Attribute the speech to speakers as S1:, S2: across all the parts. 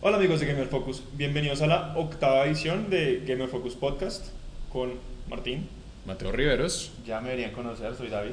S1: Hola amigos de Gamer Focus, bienvenidos a la octava edición de Gamer Focus Podcast con Martín.
S2: Mateo Riveros.
S3: Ya me deberían conocer, soy David.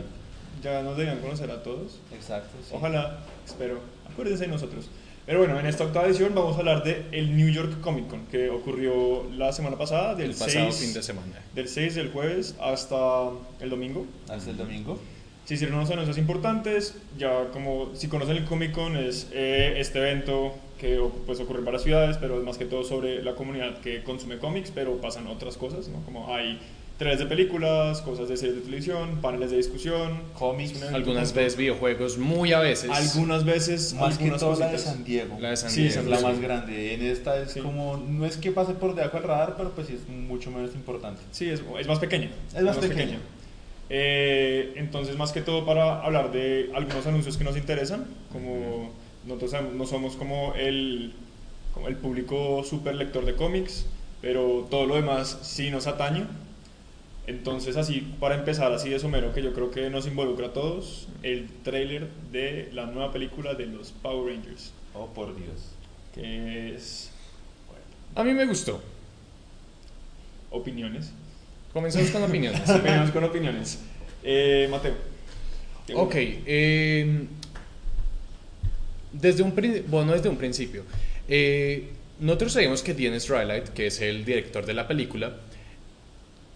S1: Ya nos deberían conocer a todos.
S3: Exacto. sí.
S1: Ojalá, espero, acuérdense de nosotros. Pero bueno, en esta octava edición vamos a hablar de el New York Comic Con que ocurrió la semana pasada, del,
S2: el pasado
S1: 6,
S2: fin de semana.
S1: del 6 del jueves hasta el domingo.
S3: Hasta el domingo.
S1: Se hicieron unos anuncios importantes, ya como si conocen el Comic Con es eh, este evento que o- pues ocurre en varias ciudades, pero es más que todo sobre la comunidad que consume cómics, pero pasan otras cosas, ¿no? Como hay trailers de películas, cosas de series de televisión, paneles de discusión,
S3: Cómics.
S1: Es un evento
S2: Algunas
S1: con-
S2: veces videojuegos, muy a veces.
S1: algunas veces,
S3: Pues, Más que
S1: algunas
S3: todo la de
S1: cositas.
S3: San Diego.
S2: La de San
S1: Sí,
S2: Diego.
S1: esa
S3: es la más grande. En esta es
S1: Sí.
S3: como, no es que pase por debajo del radar, pero pues sí es mucho menos importante.
S1: Sí, es, es más pequeña.
S3: Es más pequeña.
S1: Eh, entonces, más que todo para hablar de algunos anuncios que nos interesan, como nosotros sabemos- no somos como el, como el público super lector de cómics, pero todo lo demás sí nos atañe. Entonces, así, para empezar, así de somero, que yo creo que nos involucra a todos, el tráiler de la nueva película de los Power Rangers,
S3: Oh, por Dios.
S1: que es
S2: A mí me gustó.
S1: opiniones.
S2: Comenzamos con opiniones.
S1: Opiniones con opiniones. Eh, Mateo. ¿qué
S2: ok. eh, desde un prin- bueno, no desde un principio. Eh, nosotros sabemos que Dean Strilight, que es el director de la película,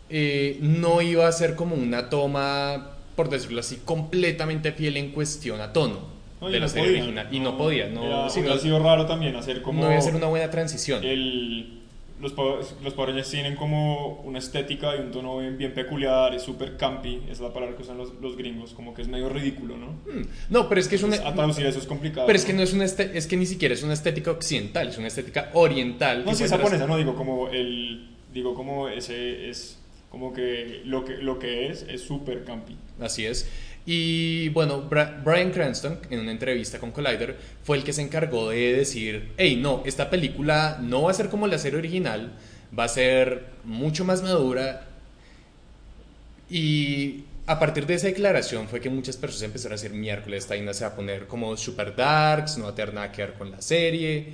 S2: eh, no iba a ser como una toma, por decirlo así, completamente fiel en cuestión a tono.
S1: No,
S2: de
S1: y
S2: la
S1: no
S2: serie
S1: podía.
S2: original. Y no podía, no,
S1: Era-
S2: sí,
S1: hubiera
S2: no-
S1: sido raro también hacer como. Eh,
S2: no iba a ser una buena transición.
S1: el- los, pa- los Power Rangers tienen como una estética y un tono bien, bien peculiar, es súper campy, es la palabra que usan los, los gringos, como que es medio ridículo, ¿no?
S2: Mm, No, pero es que es una.
S1: Entonces, pues, a traducir eso es complicado.
S2: Pero es que no es una este- es que ni siquiera es una estética occidental, es una estética oriental.
S1: No,
S2: que
S1: si
S2: fue
S1: es
S2: tras-
S1: japonesa, no digo como el. Digo como ese es. Como que lo que, lo que es es súper campy.
S2: Así es. Y bueno, Bra- Bryan Cranston, en una entrevista con Collider, fue el que se encargó de decir, hey, no, esta película no va a ser como la serie original, va a ser mucho más madura. Y a partir de esa declaración fue que muchas personas empezaron a decir, miércoles, esta vaina se va a poner como super darks, no va a tener nada que ver con la serie.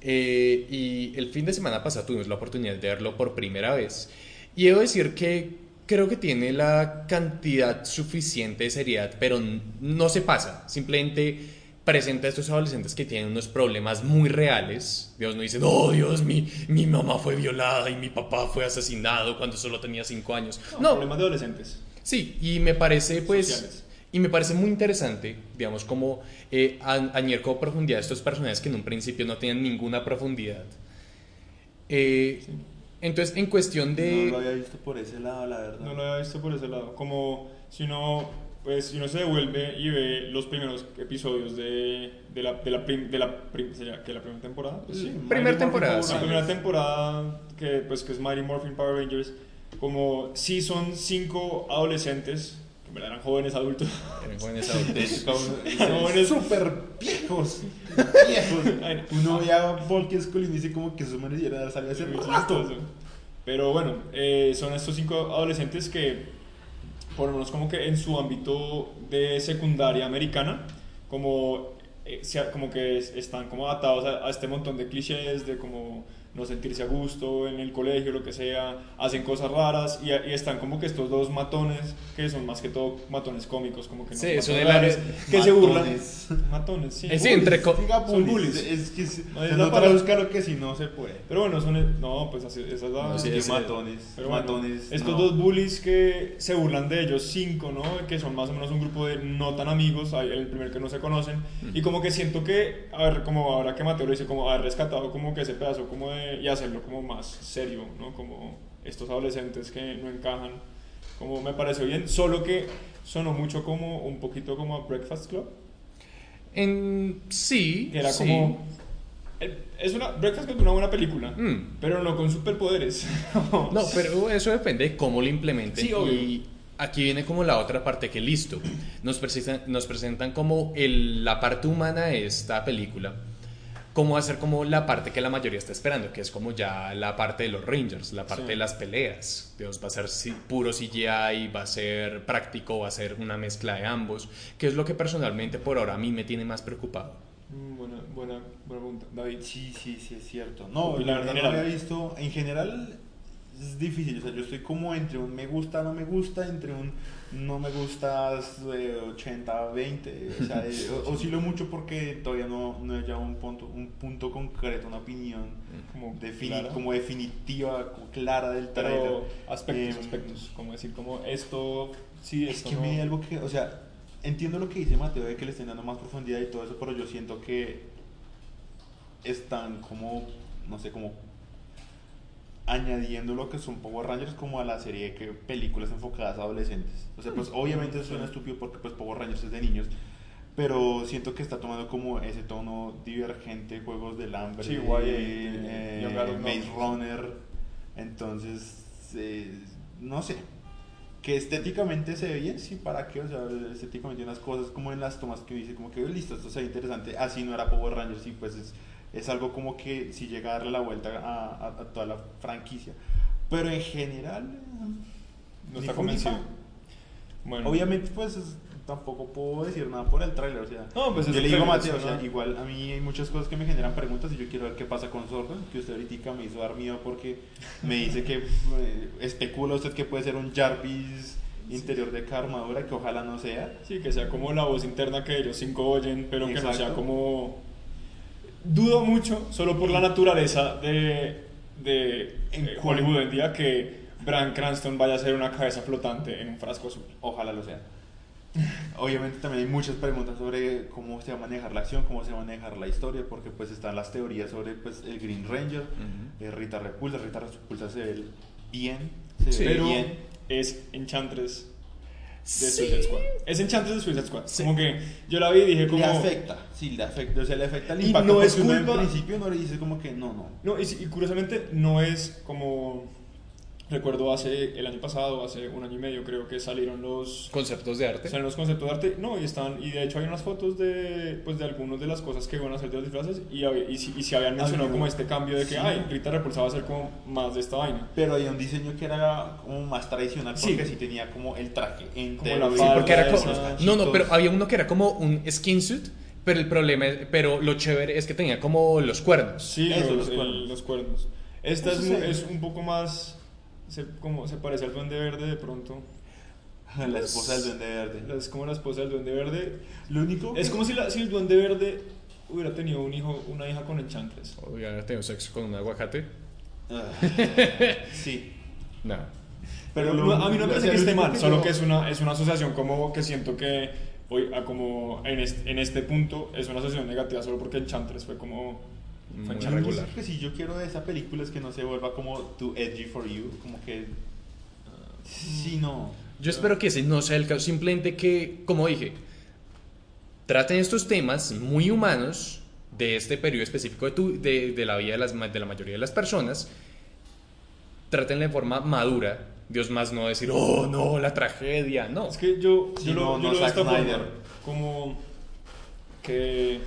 S2: Eh, y el fin de semana pasado tuvimos la oportunidad de verlo por primera vez. Y debo decir que creo que tiene la cantidad suficiente de seriedad, pero n- no se pasa. Simplemente presenta a estos adolescentes que tienen unos problemas muy reales. Dios no dice, no, Dios, mi, mi mamá fue violada y mi papá fue asesinado cuando solo tenía cinco años. No,
S1: Problemas de adolescentes.
S2: Sí, y me parece pues...
S1: Sociales.
S2: Y me parece muy interesante, digamos, como eh, a- añadir como profundidad a estos personajes que en un principio no tenían ninguna profundidad. Eh, Entonces, en cuestión de...
S3: No lo había visto por ese lado, la verdad.
S1: No lo había visto por ese lado. Como si uno, pues, si uno se devuelve y ve los primeros episodios de, de la, de la, prim- de la, prim- sería que la primera temporada. Pues, sí.
S3: Mighty
S2: primera
S3: Morphin
S2: temporada,
S3: Power
S2: sí.
S1: La
S3: Rangers.
S1: primera temporada que, pues, que es Mighty Morphin Power Rangers, como sí son cinco adolescentes, que en verdad eran jóvenes adultos.
S2: Eran jóvenes adultos.
S1: jóvenes
S3: Súper viejos.
S1: Ay,
S3: viejos. Uno ve a Volker Skull y dice como que su manera de dar salida hace
S1: Muy
S3: rato.
S1: chistoso. Pero bueno, eh, son estos cinco adolescentes que, por lo menos como que en su ámbito de secundaria americana, como, eh, se- como que es- están como atados a, a este montón de clichés de como no sentirse a gusto en el colegio, lo que sea, hacen cosas raras y, y están como que estos dos matones, que son más que todo matones cómicos, como que no
S2: Sí,
S1: son
S2: son
S1: matones
S2: el área-
S1: reales, que se burlan.
S3: Matones.
S1: Matones, sí.
S2: Es decir, entre co-
S3: Diga
S1: Son
S3: bullies.
S1: bullies.
S3: Es que si-
S1: No, es
S3: se
S1: la
S3: no
S1: palabra.
S3: traduzca lo que si no se puede.
S1: Pero bueno, son, no, pues así, esa es la...
S2: No, sí,
S3: Es que
S2: ese-
S3: matones.
S1: Pero bueno,
S3: matones.
S1: estos
S3: no.
S1: dos bullies que se burlan de ellos, cinco, ¿no? Que son más o menos un grupo de no tan amigos, hay el primer que no se conocen. Y como que siento que, a ver, como ahora que Mateo lo dice, como haber rescatado como que ese pedazo como de, y hacerlo como más serio, ¿no? Como estos adolescentes que no encajan, como me pareció bien, solo que sonó mucho como un poquito como a Breakfast Club,
S2: En... Sí,
S1: que era
S2: sí.
S1: como... el- Es una, Breakfast Club es una buena película,
S2: Mm.
S1: pero no con superpoderes.
S2: No, pero eso depende de cómo lo implementen.
S1: Sí, obvio.
S2: Y aquí viene como la otra parte que listo. Nos presentan, nos presentan como el- la parte humana de esta película. Cómo va a ser como la parte que la mayoría está esperando, que es como ya la parte de los Rangers, la parte
S1: Sí.
S2: de las peleas. Dios, va a ser ci- puro CGI, va a ser práctico, va a ser una mezcla de ambos, que es lo que personalmente por ahora a mí me tiene más preocupado.
S1: Mm, Buena, buena, buena pregunta. David.
S3: Sí, sí, sí, es cierto. No,
S1: Y
S3: la
S1: en
S3: verdad no
S1: general.
S3: había visto. En general es difícil. O sea, yo estoy como entre un me gusta, no me gusta, entre un no me gusta eh, 80, 20. O sea, eh, o- oscilo mucho porque todavía no, no he llegado a un punto, un punto concreto, una opinión
S1: Como,
S3: defini-
S1: clara.
S3: como definitiva, como clara del trailer.
S1: pero aspectos,
S3: Em,
S1: aspectos. Como decir, como esto, sí,
S3: Es
S1: esto
S3: que
S1: no.
S3: me hay algo que, o sea, entiendo lo que dice Mateo de que le estén dando más profundidad y todo eso, pero yo siento que están como, no sé, como añadiendo lo que son Power Rangers como a la serie de que- películas enfocadas a adolescentes. O sea, pues obviamente suena estúpido porque pues Power Rangers es de niños, pero siento que está tomando como ese tono divergente, juegos del hambre,
S1: Sí, guay,
S3: eh,
S1: eh,
S3: eh,
S1: Young Adult
S3: Maze
S1: Novels.
S3: Runner, entonces, eh, no sé, que estéticamente se ve bien, sí, ¿para qué? O sea, estéticamente unas cosas como en las tomas que dice, como que "Uy, listo, esto se ve interesante, así no era Power Rangers, y pues es, es algo como que si llega a darle la vuelta a, a- a toda la franquicia. Pero en general...
S1: No
S3: ni
S1: está
S3: fu ni fa.
S1: convencido. Bueno,
S3: Obviamente, pues es- tampoco puedo decir nada por el tráiler, o sea...
S1: No, pues es
S3: yo
S1: un
S3: le digo
S1: tráiler,
S3: a Mateo, o
S1: suena-
S3: sea, igual a mí hay muchas cosas que me generan preguntas y yo quiero ver qué pasa con Sordo, que usted ahorita me hizo dar miedo porque me dice que eh, especula usted que puede ser un Jarvis interior de cada armadura, que ojalá no sea.
S1: Sí, que sea como la voz interna que ellos cinco oyen, pero que no sea
S3: Exacto.
S1: como... Dudo mucho, solo por la naturaleza de, de
S3: En
S1: eh,
S3: cuan-
S1: Hollywood en día, que Brian Cranston vaya a ser una cabeza flotante en un frasco azul.
S3: Ojalá lo sea. Obviamente también hay muchas preguntas sobre cómo se va a manejar la acción, cómo se va a manejar la historia, porque pues están las teorías sobre pues el Green Ranger, eh, Rita Repulsa, Rita Repulsa se ve bien, se
S2: Sí.
S3: ve
S1: pero
S3: bien.
S1: es Enchantress de
S2: Sí.
S1: Suicide Squad. Es Enchantress de Suicide Squad.
S2: Sí.
S1: Como que yo la vi y dije
S3: Le
S1: como...
S3: afecta, sí, le afecta, o sea, le afecta el
S1: Y
S3: impacto.
S1: no
S3: porque
S1: es
S3: uno
S1: culpa-
S3: en principio no le dice como que no, no.
S1: No, y, si- y curiosamente no es como... Recuerdo hace el año pasado, hace un año y medio creo que salieron los...
S2: Conceptos de arte.
S1: O sea, en los conceptos de arte, no, y están, y de hecho hay unas fotos de, pues, de algunas de las cosas que iban a hacer de los disfraces, y, hab- y, si- y se habían mencionado
S3: Había-
S1: como este cambio de que,
S3: sí.
S1: ay, Rita Repulsa va a ser como más de esta vaina.
S3: Pero había un diseño que era como más tradicional
S1: Sí.
S3: porque sí, tenía como el traje entero.
S1: la
S3: y
S2: Sí, porque era
S1: falda
S2: como-
S1: esa.
S3: los
S2: No, no, pero
S3: cachitos.
S2: había uno que era como un skin suit, pero el problema, es- pero lo chévere es que tenía como los cuernos.
S1: Sí,
S3: Eso,
S1: los,
S3: los
S1: el-
S3: cuernos.
S1: los cuernos. Esta es,
S3: Eso
S1: mu-
S3: sí.
S1: es un poco más, se, como, se parece al Duende Verde de pronto,
S3: Ah, La esposa del duende verde.
S1: es como la esposa del Duende Verde.
S3: Lo único que-
S1: Es como si, la- si el Duende Verde hubiera tenido un hijo, una hija con Enchantress.
S2: Hubiera tenido sexo con un aguacate.
S3: Ah, sí.
S2: No.
S1: Pero
S3: lo-
S1: no- a mí no me
S3: lo-
S1: parece
S3: lo
S1: que esté
S3: único
S1: mal, solo
S3: yo-
S1: que es una, es una asociación como que siento que hoy, a como en este, en este punto es una asociación negativa solo porque Enchantress fue como...
S2: Muy
S1: Fue
S3: Yo
S1: Enchantress.
S2: regular.
S3: creo que si yo quiero de esa película es que no se vuelva como too edgy for you, como que sí no.
S2: Yo espero que ese no sea el caso, simplemente que, como dije, traten estos temas muy humanos de este periodo específico de, tu- de, de la vida de, las, ma- de la mayoría de las personas, traten de forma madura, Dios más no decir, oh no, la tragedia, no.
S1: Es que yo,
S3: Sí,
S1: yo lo, yo lo veo
S3: no, no
S1: de
S3: Zack
S1: esta forma,
S3: Snyder.
S1: como que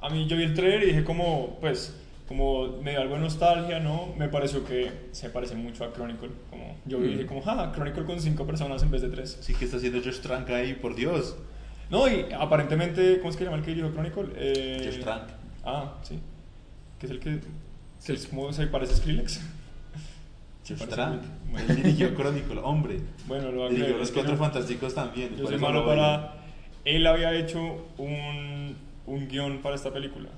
S1: a mí yo vi el trailer y dije como, pues, como me da algo de nostalgia, ¿no? Me pareció que se parece mucho a Chronicle, como yo vi y dije
S2: Mm.
S1: como, ja, Chronicle con cinco personas en vez de tres.
S3: Sí que está haciendo Josh Trank ahí, por Dios.
S1: No, y aparentemente, ¿cómo es que se llama el que dirigió Chronicle? Eh,
S3: Josh Trank.
S1: Ah, sí. Que es el que. que es como se parece a Skrillex. Se
S3: Josh
S1: parece
S3: Trank.
S1: a Skrillex.
S3: Él dirigió Chronicle, hombre.
S1: Bueno, lo
S3: Dirigió
S1: agrego.
S3: Los
S1: es que
S3: Cuatro
S1: yo-
S3: Fantásticos también.
S1: Yo
S3: por
S1: soy
S3: eso
S1: malo
S3: lo odio.
S1: para. Él había hecho un, un guión para esta película.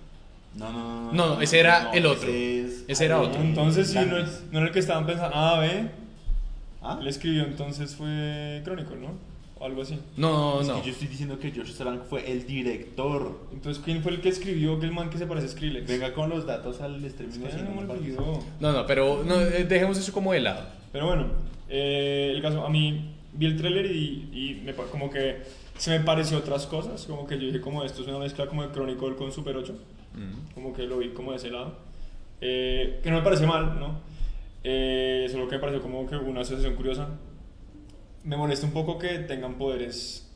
S3: No, no, no.
S2: No, no, ese era el otro.
S3: es-
S2: Ese era
S3: Ah,
S2: otro.
S1: Entonces, si no,
S3: Landis.
S1: no era el que estaban pensando. Ah, ve.
S3: ¿Ah?
S1: Él escribió, entonces fue Chronicle, ¿no? O algo así.
S2: No,
S3: Es
S2: no.
S3: que yo estoy diciendo que Josh Trank fue el director.
S1: Entonces, ¿quién fue el que escribió que el man que se parece a Skrillex?
S3: Venga con los datos al
S1: Es
S3: streaming.
S1: que
S3: nacional,
S1: me
S3: para que-
S1: olvidó.
S2: No, no, pero no, eh, dejemos eso como de lado.
S1: Pero bueno, eh, el caso, a mí vi el tráiler y, y me pa- como que se me pareció otras cosas, como que yo dije como esto es una mezcla como de Chronicle con Super 8, como que lo vi como de ese lado, Eh, que no me parece mal, ¿no? Eh, solo que me pareció como que hubo una asociación curiosa. Me molesta un poco que tengan poderes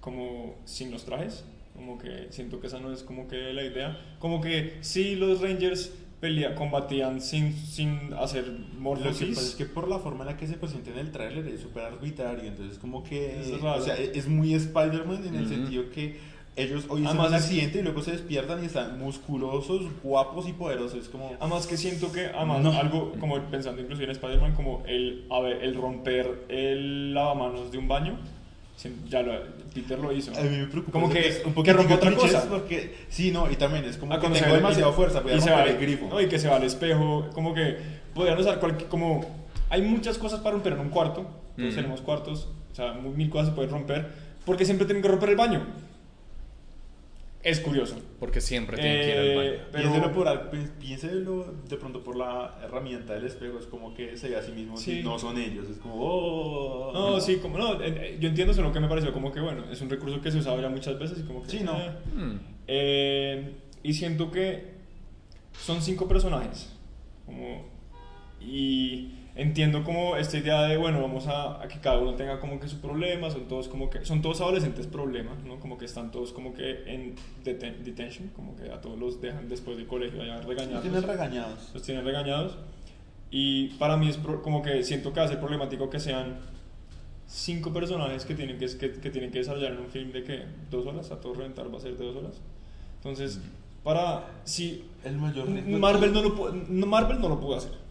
S1: como sin los trajes, como que siento que esa no es como que la idea, como que si los Rangers pelea, combatían sin, sin hacer pues
S3: Lo que pasa
S1: morfosis.
S3: es que por la forma en la que se presenta en el tráiler es súper arbitrario, entonces como que...
S1: Es raro.
S3: O sea, es muy Spider-Man en el
S2: Ujú.
S3: sentido que Ellos hoy hicieron
S1: Además
S3: un
S1: es-
S3: accidente y luego se despiertan y están musculosos, guapos y poderosos. Es como...
S1: Además que siento que, además,
S3: No.
S1: algo como pensando inclusive en Spider-Man, como el, a ver, el romper el lavamanos de un baño, se- ya lo, Peter lo hizo.
S3: A mí me preocupa.
S1: Como
S3: eso,
S1: que,
S3: es
S1: que
S3: poquitico
S1: rompa otra
S3: clichés,
S1: cosa.
S3: Porque, sí, no, y también es como
S1: Ah,
S3: que
S1: cuando
S3: tengo
S1: ve-
S3: demasiada
S1: y-
S3: fuerza, voy a
S1: y se
S3: romper
S1: va-
S3: el grifo.
S1: No, y que se va al espejo, como que podrían usar cualquier, como, hay muchas cosas para romper en un cuarto, entonces
S2: Mm.
S1: tenemos cuartos, o sea, mu- mil cosas se pueden romper, porque siempre tienen que romper el baño. Es curioso.
S2: Porque siempre tienen que ir
S1: Eh,
S2: al baño.
S1: pero-
S3: Piénselo por al- pi- piénselo de pronto por la herramienta del espejo, es como que se ve a sí mismo,
S1: Sí.
S3: y no son ellos, es como... "Oh".
S1: No, sí, como no, eh, eh, yo entiendo, solo que me pareció como que bueno, es un recurso que se usaba ya muchas veces y como que
S3: Sí, no.
S1: eh.
S2: Hmm.
S1: Eh, y siento que son cinco personajes. Como, y entiendo como esta idea de, bueno, vamos a, a que cada uno tenga como que su problema, son todos como que, son todos adolescentes problemas, ¿no? Como que están todos como que en deten- detention, como que a todos los dejan después del colegio allá
S3: Los
S1: regañados.
S3: tienen regañados.
S1: los tienen regañados. Y para mí es pro- como que siento que va a ser problemático que sean cinco personajes que tienen que, que, que tienen que desarrollar en un film de que dos horas, a todo reventar va a ser de dos horas. Entonces, para si
S3: El mayor reto-
S1: Marvel no lo pu- no, Marvel no lo pudo hacer.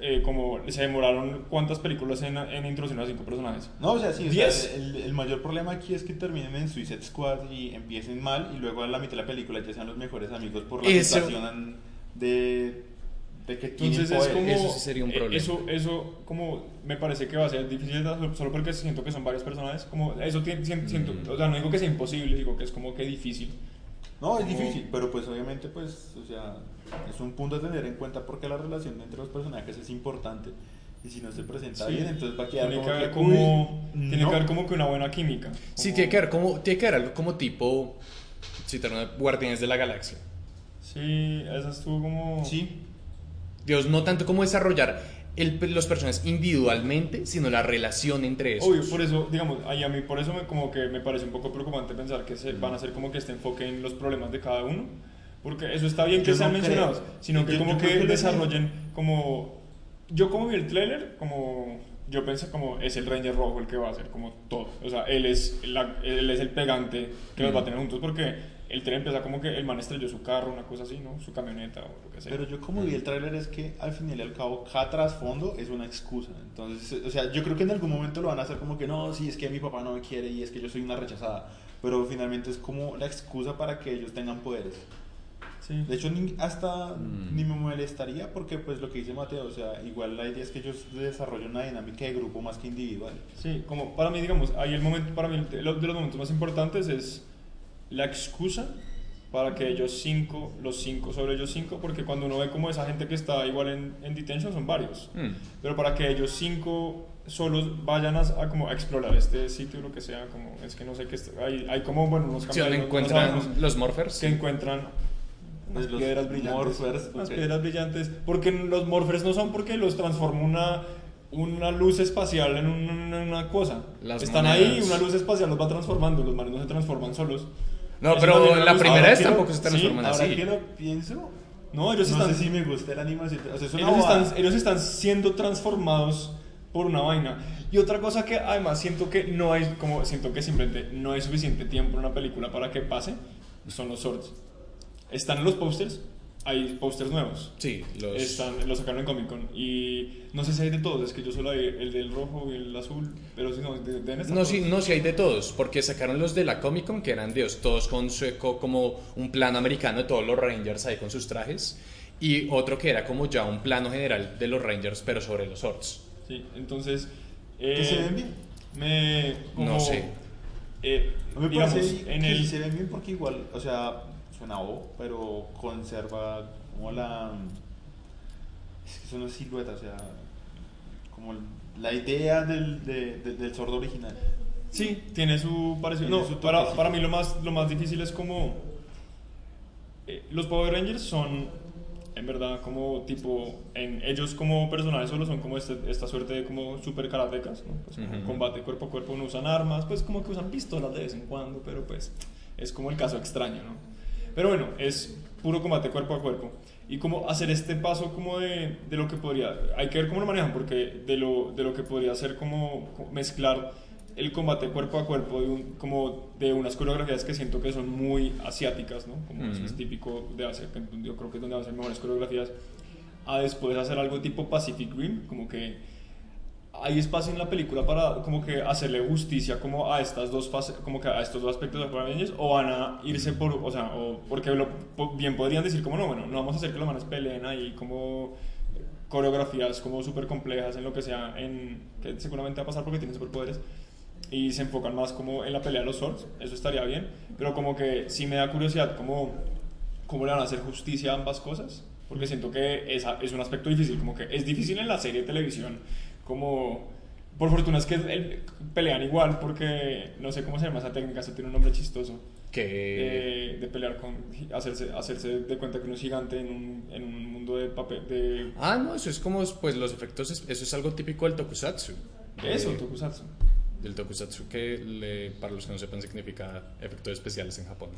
S1: Eh, como se demoraron cuántas películas en, en introducir a cinco personajes.
S3: No, o sea, sí, o sea,
S1: Diez.
S3: el, el mayor problema aquí es que terminen en Suicide Squad y empiecen mal y luego a la mitad de la película ya sean los mejores amigos por la
S2: Eso.
S3: situación an- de, de que tienen
S1: Entonces es
S3: poder.
S1: como
S2: Eso sí sería un
S1: eh,
S2: problema.
S1: Eso, eso como me parece que va a ser difícil de hacer, solo porque siento que son varios personajes, como eso tiene- sien- siento,
S2: Mm.
S1: o sea, no digo que sea imposible, digo que es como que difícil.
S3: No, es
S1: Como-
S3: difícil, pero pues obviamente pues, o sea, es un punto a tener en cuenta porque la relación entre los personajes es importante. Y si no se presenta
S1: Sí.
S3: bien, entonces va a quedar
S1: tiene que
S3: como
S1: haber
S3: que,
S1: como
S3: "Uy,
S1: tiene
S3: no".
S1: que haber como que una buena química.
S2: Sí,
S1: como-
S2: tiene que haber como, tiene que haber algo como tipo, si te Guardianes de la Galaxia.
S1: Sí, esa estuvo como
S3: Sí,
S2: Dios, no tanto como desarrollar el- los personajes individualmente, sino la relación entre ellos.
S1: Obvio, por eso, digamos, ahí a mí por eso me, como que me parece un poco preocupante pensar que se, van a hacer como que este enfoque en los problemas de cada uno, porque eso está bien que
S3: Yo
S1: sean
S3: no creo.
S1: mencionados, sino que
S3: Yo-
S1: como
S3: yo
S1: que,
S3: creo que lo
S1: desarrollen como yo como vi el trailer, como yo pensé como es el Ranger rojo el que va a hacer como todo, o sea, él es la- él es el pegante que
S3: Mm.
S1: los va a tener juntos porque el tren empieza como que el man estrelló su carro, una cosa así, ¿no? Su camioneta o lo que sea.
S3: Pero yo como vi el tráiler es que al final y al cabo cada trasfondo es una excusa. Entonces, o sea, yo creo que en algún momento lo van a hacer como que no, sí, es que mi papá no me quiere y es que yo soy una rechazada. Pero finalmente es como la excusa para que ellos tengan poderes.
S1: Sí.
S3: De hecho, ni- hasta
S2: Mm.
S3: ni me molestaría porque pues lo que dice Mateo, o sea, igual la idea es que ellos desarrollen una dinámica de grupo más que individual.
S1: Sí, como para mí, digamos, ahí el momento, para mí, de los de los momentos más importantes es la excusa para que ellos cinco, los cinco sobre ellos cinco, porque cuando uno ve como esa gente que está igual en, en detention son varios,
S2: Mm.
S1: pero para que ellos cinco solos vayan a, a como a explorar este sitio, lo que sea, como es que no sé qué, es- hay, hay como, bueno, unos
S2: Si donde
S1: cambios
S2: encuentran los Morphers.
S1: que encuentran unas
S3: Pues los
S1: piedras brillantes.
S3: Morphers,
S1: unas
S3: ok.
S1: piedras brillantes. Porque los morfers no son porque los transforma una, una luz espacial en un- en una cosa.
S2: Las
S1: Están
S2: monedas.
S1: ahí y una luz espacial los va transformando. Los mares no se transforman solos.
S2: No,
S1: Eso
S2: pero
S1: también me
S2: la
S1: gusta.
S2: primera
S1: Ahora
S2: vez
S1: quiero-
S2: tampoco se transforman
S3: Ahora
S2: así.
S3: que lo pienso,
S1: No, ellos
S3: no
S1: están.
S3: sé si me gusta la animación. O sea, es una
S1: ellos,
S3: bobada.
S1: están, ellos están siendo transformados por una vaina. Y otra cosa que además siento que no hay, como siento que simplemente no hay suficiente tiempo en una película para que pase, son los swords. Están en los pósters, hay pósters nuevos.
S2: Sí, los...
S1: Están, lo sacaron en Comic Con y no sé si hay de todos, es que yo solo vi el del rojo y el azul, pero si no, de- deben estar
S2: No,
S1: todos.
S2: sí, no, sí hay de todos, porque sacaron los de la Comic Con, que eran Dios, todos con su, co- como un plano americano de todos los Rangers ahí con sus trajes, y otro que era como ya un plano general de los Rangers, pero sobre los Orcs.
S1: Sí, entonces...
S3: ¿Que
S1: eh,
S3: se ven bien?
S1: Me...
S2: No sé.
S1: eh,
S3: A mí me
S1: digamos,
S3: parece
S1: en
S3: que
S1: el...
S3: se ven bien porque igual, o sea, suena bobo, pero conserva como la... Es que son las siluetas, o sea, como la idea del, de- de- del sordo original.
S1: Sí, tiene su parecido.
S3: Tiene
S1: No,
S3: su
S1: para,
S3: toquecito.
S1: para mí lo más, lo más difícil es como... eh, los Power Rangers son, en verdad, como tipo... En, ellos como personajes solo son como este- esta suerte de como super karatecas, ¿no? Pues como
S2: Ujú.
S1: combate cuerpo a cuerpo, no usan armas, pues como que usan pistolas de vez en cuando, pero pues es como el caso extraño, ¿no? Pero bueno, es puro combate cuerpo a cuerpo. Y como hacer este paso como de, de lo que podría... Hay que ver cómo lo manejan, porque de lo, de lo que podría ser como mezclar el combate cuerpo a cuerpo de un- como de unas coreografías que siento que son muy asiáticas, ¿no? Como eso es
S2: Ujú.
S1: típico de Asia, que yo creo que es donde hacen mejores coreografías, a después hacer algo tipo Pacific Rim, como que hay espacio en la película para como que hacerle justicia como a estas dos fase- como que a estos dos aspectos de Power Rangers, o van a irse por o sea o porque lo- po- bien podrían decir como no bueno no vamos a hacer que los manes peleen ahí como coreografías como súper complejas en lo que sea en que seguramente va a pasar porque tienen superpoderes y se enfocan más como en la pelea de los swords eso estaría bien pero como que sí me da curiosidad como cómo le van a hacer justicia a ambas cosas porque siento que esa- es un aspecto difícil como que es difícil en la serie de televisión como por fortuna es que el- pelean igual porque no sé cómo se llama esa técnica eso tiene un nombre chistoso
S2: Que...
S1: eh, de pelear con hacerse hacerse de cuenta que uno es gigante en un, en un mundo de papel de
S2: Ah, no, eso es como, pues los efectos, es- eso es algo típico del tokusatsu.
S1: eso
S2: Eh,
S1: tokusatsu
S2: Del tokusatsu que, le- para los que no sepan, significa efectos especiales en Japón.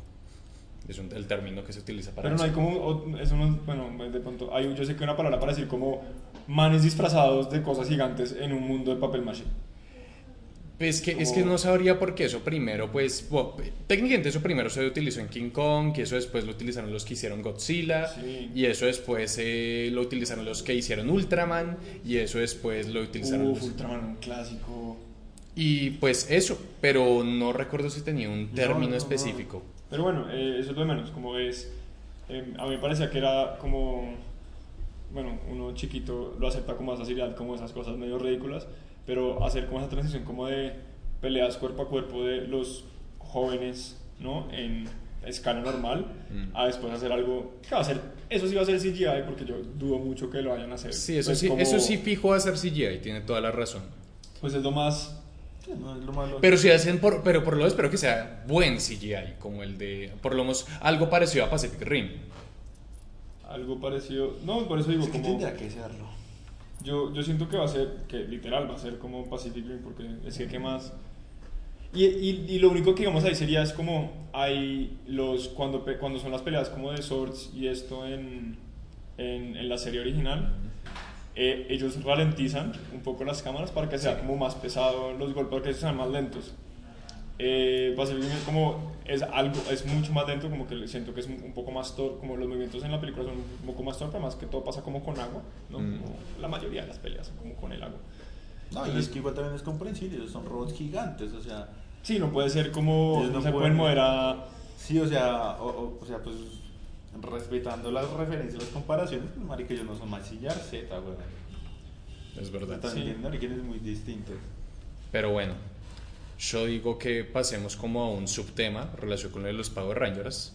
S2: Es un- el término que se utiliza para
S1: pero no
S2: eso.
S1: hay como o- eso no- bueno de pronto hay, yo sé que hay una palabra para decir como manes disfrazados de cosas gigantes en un mundo de papel maché
S2: Pues que, es que
S1: Como-
S2: no sabría por qué eso primero, pues, bueno, técnicamente eso primero se utilizó en King Kong, que eso después lo utilizaron los que hicieron Godzilla,
S1: Sí.
S2: y eso después eh, lo utilizaron los que hicieron Ultraman, y eso después lo utilizaron
S1: Uf,
S2: los-
S1: Ultraman un clásico
S2: Y pues eso, pero no recuerdo si tenía un término
S1: no, no.
S2: específico.
S1: Pero bueno, eh, eso es lo de menos, como es, eh, a mí me parecía que era como, bueno, uno chiquito lo acepta con más facilidad, como esas cosas medio ridículas, pero hacer como esa transición como de peleas cuerpo a cuerpo de los jóvenes, ¿no? En escala normal,
S2: Mm.
S1: a después hacer algo, que va a ser, eso sí va a ser CGI, porque yo dudo mucho que lo vayan a hacer.
S2: Sí, eso
S1: Pues
S2: sí,
S1: como-
S2: eso sí fijo a hacer CGI, tiene toda la razón.
S1: Pues es lo más...
S3: No es lo malo.
S2: Pero si hacen por, pero por lo menos espero que sea buen CGI, como el de, por lo menos algo parecido a Pacific Rim.
S1: Algo parecido, no, por eso digo
S3: es que
S1: como...
S3: tendrá que serlo.
S1: Yo, yo siento que va a ser, que literal va a ser como Pacific Rim, porque es que qué más. Y, y, y lo único que digamos ahí sería es como hay los, cuando, pe- cuando son las peleas como de Swords y esto en, en, en la serie original, eh, ellos ralentizan un poco las cámaras para que sea como más pesado los golpes, para que sean más lentos. Eh, Pacific Rim es como, es algo, es mucho más lento, como que siento que es un un poco más torpe, como los movimientos en la película son un poco más torpes, más que todo pasa como con agua, ¿no?
S2: Mm.
S1: Como la mayoría de las peleas son como con el agua.
S3: No, y es que igual también es comprensible, ellos son robots gigantes, o sea,
S1: Sí, no puede ser como,
S3: Ellos
S1: no
S3: no
S1: se pueden
S3: pueden-
S1: mover a...
S3: sí, o sea, o, o- o sea, pues respetando las referencias, las comparaciones, pues marica, ellos no son más sillar Z, güey.
S2: Es verdad.
S3: También
S1: Sí.
S3: tienen orígenes muy distintos.
S2: Pero bueno, yo digo que pasemos como a un subtema relacionado con lo de los Power Rangers.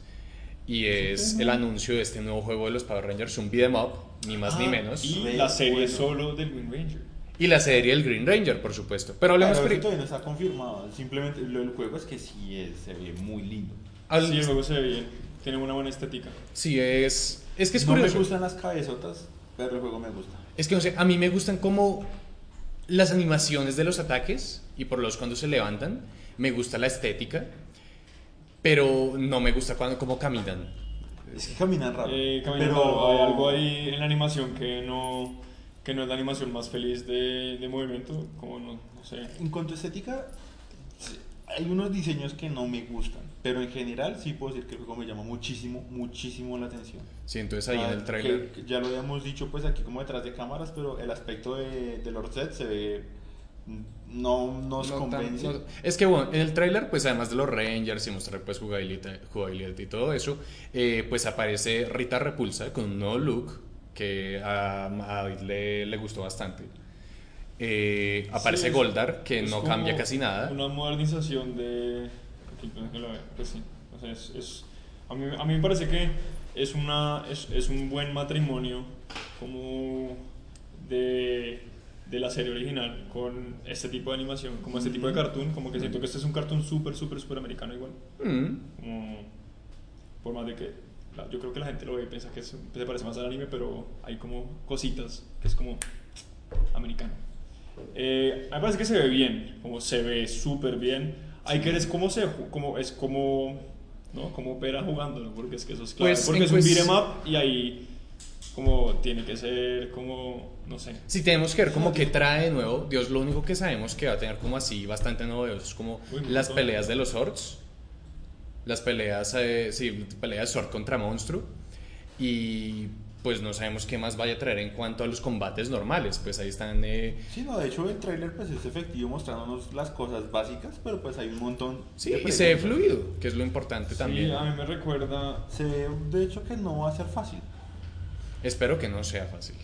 S2: Y es el anuncio de este nuevo juego de los Power Rangers, un beat'em up, ni más ni
S1: Ah,
S2: menos. Y...
S1: Y
S3: Re
S1: la serie
S3: bueno.
S1: solo del Wind Ranger.
S2: la serie El Green Ranger, por supuesto. Pero hablemos
S3: Claro, eso
S2: pri-
S3: todavía no está confirmado, simplemente lo del juego es que sí es, se ve muy lindo.
S2: habl-
S1: Sí, el juego se ve bien, tiene una buena estética.
S2: Sí, es. Es que es
S3: no
S2: curioso.
S3: me gustan las cabezotas, pero el juego me gusta.
S2: Es que no sé, a mí me gustan como las animaciones de los ataques y por los cuando se levantan. Me gusta la estética, pero no me gusta cuando, cómo caminan.
S3: Es que caminan raro.
S1: Eh, Camilo,
S3: pero
S1: hay algo ahí en la animación que no, que no es la animación más feliz de, de movimiento, como no, no sé.
S3: En cuanto a estética, sí, hay unos diseños que no me gustan, pero en general sí puedo decir que el juego me llama muchísimo, muchísimo la atención.
S2: Sí, entonces ahí
S3: Ah,
S2: en el
S3: que-
S2: trailer.
S3: que ya lo habíamos dicho pues aquí como detrás de cámaras, pero el aspecto de, de Lord Zed se ve... mm, No nos
S2: No tan-
S3: convence.
S2: no- es que bueno, en el tráiler, pues además de los Rangers y mostrar pues jugabilidad, jugabilidad y todo eso, eh, pues aparece Rita Repulsa con un nuevo look que a, a David le, le gustó bastante. Eh, aparece
S1: Sí, es-
S2: Goldar, que
S1: es
S2: no
S1: como
S2: cambia casi nada.
S1: Una modernización de. aquí tengo que lo ver, pues sí. O sea, es- es- a, mí, a mí me parece que es, una, es, es un buen matrimonio como de, de la serie original con este tipo de animación, como este tipo de cartoon. Como que siento que este es un cartoon súper, súper, súper americano igual.
S2: Mm.
S1: Como, por más de que la- yo creo que la gente lo ve y piensa que es- se parece más al anime, pero hay como cositas que es como americano. Eh, a mí me parece que se ve bien, como se ve súper bien. Hay que ver es cómo se ju- cómo es como ¿no? cómo opera jugándolo, porque es que eso es clave,
S2: Pues,
S1: porque
S2: en
S1: es un
S2: cues-
S1: beat 'em up y ahí como tiene que ser como, no sé.
S2: Si tenemos que ver como que trae de nuevo, Dios lo único que sabemos que va a tener como así bastante novedoso es como
S1: Uy, un
S2: las
S1: montón.
S2: peleas de los orcs, las peleas, eh, sí, peleas orc contra monstruo y pues no sabemos qué más vaya a traer en cuanto a los combates normales, pues ahí están eh,
S3: Sí, no, de hecho el tráiler pues es efectivo mostrándonos las cosas básicas, pero pues hay un montón.
S2: sí,
S3: de
S2: y se ve
S3: preguntas.
S2: fluido, que es lo importante también.
S1: Sí, ah. a mí me recuerda,
S3: Se ve de hecho que no va a ser fácil.
S2: Espero que no sea fácil.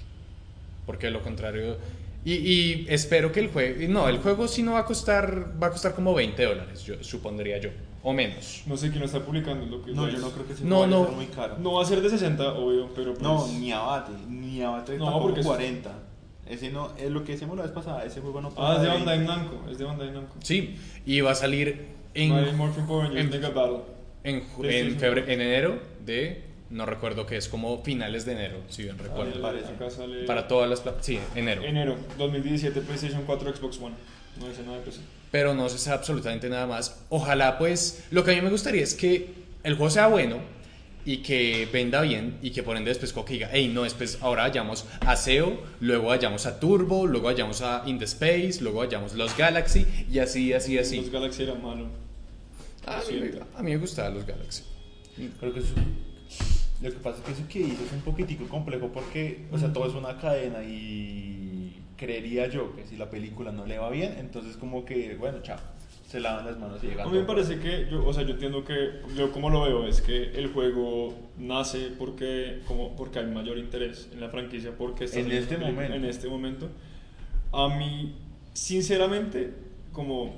S2: Porque de lo contrario. Y, y espero que el juego. No, el juego sí no va a costar. Va a costar como 20 dólares, yo, supondría yo. O menos.
S1: no sé quién lo está publicando, lo que
S3: No,
S1: es.
S3: yo no creo que sea
S2: pues, No, no.
S3: muy caro.
S1: No va a ser de 60, obvio, pero pues,
S3: No, ni abate, ni abate
S1: No,
S3: tampoco
S1: porque es-
S3: 40. Ese no, es lo que decíamos la vez pasada, ese juego no
S1: Ah,
S3: pasa
S1: es de
S3: de
S1: Bandai
S3: 20.
S1: Namco, es de Bandai Namco.
S2: Sí. Y va a salir
S1: Mighty
S2: en.
S1: Morphin Power Rangers
S2: en-
S1: Mega Battle.
S2: En, ju-
S1: Sí, sí,
S2: en,
S1: sí.
S2: febre- en enero de. No recuerdo que es como finales de enero, si bien recuerdo.
S1: Sale-
S3: parece?
S1: Acá sale
S2: Para todas las. pla- Sí, enero.
S1: enero 2017 PlayStation 4 Xbox One. No dice nada de PC.
S2: pero no se sabe absolutamente nada más. Ojalá pues, lo que a mí me gustaría es que el juego sea bueno y que venda bien y que por ende después como que diga, hey, no, después ahora vayamos a SEO, luego vayamos a Turbo, luego vayamos a In the Space, luego vayamos Los Galaxy y así, así,
S1: Los
S2: así.
S1: Galaxy era malo.
S2: A mí, me- a mí me gustaban Los Galaxy.
S3: Creo que eso, lo que pasa es que eso que dices es un poquitico complejo porque, o sea, todo es una cadena y creería yo que si la película no le va bien, entonces como que, bueno, chao, se lavan las manos y
S1: A
S3: llegan.
S1: mí me parece que, yo, o sea, yo entiendo que, yo como lo veo, es que el juego nace porque, como, porque hay mayor interés en la franquicia, porque está
S3: En
S1: saliendo
S3: este
S1: una película
S3: momento.
S1: En este momento. A mí, sinceramente, como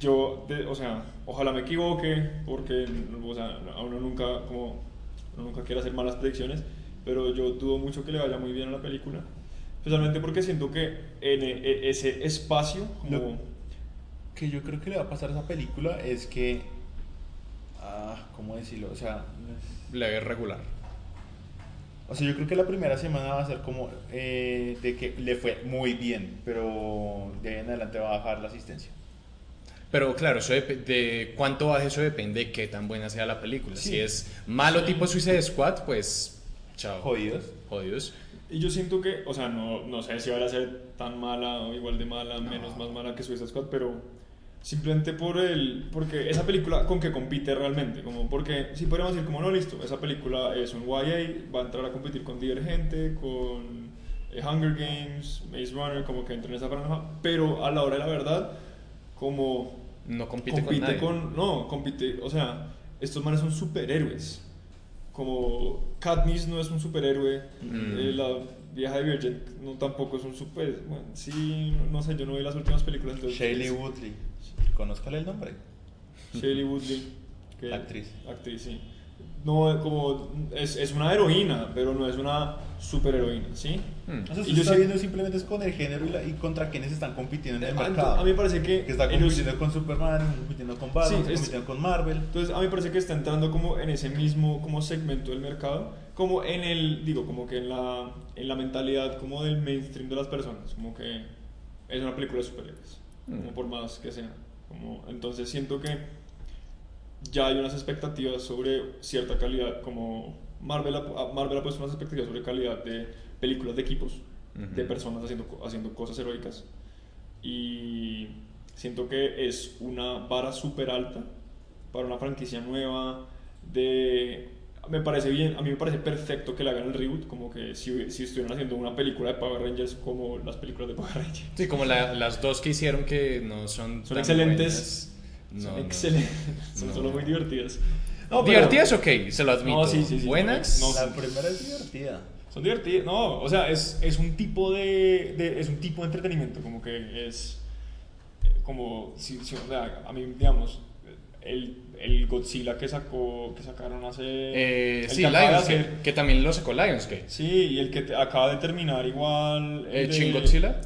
S1: yo, de- o sea, ojalá me equivoque, porque, o sea, a uno nunca, como, uno nunca quiere hacer malas predicciones, pero yo dudo mucho que le vaya muy bien a la película. Especialmente porque siento que en e- ese espacio, como...
S3: Lo- que yo creo que le va a pasar a esa película es que. Ah, ¿cómo decirlo? O sea, es-
S2: La vez regular.
S3: o sea, yo creo que la primera semana va a ser como eh, de que le fue muy bien, pero de ahí en adelante va a bajar la asistencia.
S2: Pero claro, eso dep- de cuánto baje eso depende de qué tan buena sea la película.
S3: Sí.
S2: Si es malo tipo Suicide Squad, pues chao.
S3: Jodidos.
S2: Jodidos.
S1: Y yo siento que, o sea, no, no sé si va a ser tan mala o igual de mala, menos más mala que Suicide Squad, pero simplemente por el. Porque esa película con que compite realmente, como porque si podríamos decir, como no, listo, esa película es un YA, va a entrar a competir con Divergente, con eh, Hunger Games, Maze Runner, como que entra en esa franja, pero a la hora de la verdad, como
S2: No compite,
S1: compite,
S2: con nadie.
S1: con, No, compite. O sea, estos manes son superhéroes. Como Katniss no es un superhéroe.
S2: Mm.
S1: eh, la vieja Divergent no, tampoco es un super. Bueno, sí, no, no sé, yo no vi las últimas películas. Entonces, pues,
S3: Shailene Woodley. Conózcale el nombre.
S1: Shailene Woodley. que-
S3: Actriz.
S1: Actriz, sí. No, como es, es una heroína, pero no es una superheroína, ¿sí?
S2: Hmm.
S3: O sea,
S1: Y
S3: se
S1: yo
S3: está
S1: sí-
S3: viendo simplemente es con el género y, la- y contra quienes están compitiendo en el
S1: Ah, ento-
S3: mercado.
S1: a mí me parece que
S3: Que está
S1: ellos-
S3: compitiendo con Superman, están compitiendo con Batman,
S1: Sí,
S3: están
S1: es-
S3: compitiendo con Marvel.
S1: Entonces a mí me parece que está entrando como en ese mismo como segmento del mercado, como en el, digo, como que en la, en la mentalidad como del mainstream de las personas, como que es una película de superhéroes,
S2: Mm.
S1: como por más que sea. Como, entonces siento que ya hay unas expectativas sobre cierta calidad, como Marvel ha, pu- Marvel ha puesto unas expectativas sobre calidad de películas de equipos,
S2: Ujú.
S1: de personas haciendo, co- haciendo cosas heroicas. Y siento que es una vara súper alta para una franquicia nueva. De, me parece bien, a mí me parece perfecto que le hagan el reboot, como que si, si estuvieran haciendo una película de Power Rangers como las películas de Power Rangers.
S2: Sí, como la- las dos que hicieron que no son.
S1: Son
S2: tan
S1: excelentes.
S2: buenas. No,
S1: son
S2: no.
S1: excelentes, son
S2: No.
S1: solo muy divertidas.
S2: Divertidas, ok, se lo admito.
S1: No, sí, sí, sí,
S2: buenas.
S1: no,
S3: La primera es divertida.
S1: Son divertidas, no, o sea, es, es un tipo de, de- es un tipo de entretenimiento, como que es eh, como si, si- o sea, a mí digamos el, el Godzilla que sacó que sacaron hace
S2: Eh,
S1: el
S2: sí,
S1: que acaba de
S2: Lions, que,
S1: hacer-
S2: que también lo sacó Lionsgate.
S1: Sí, y el que te- acaba de terminar igual
S2: ¿El
S1: de-
S2: Chingotzilla?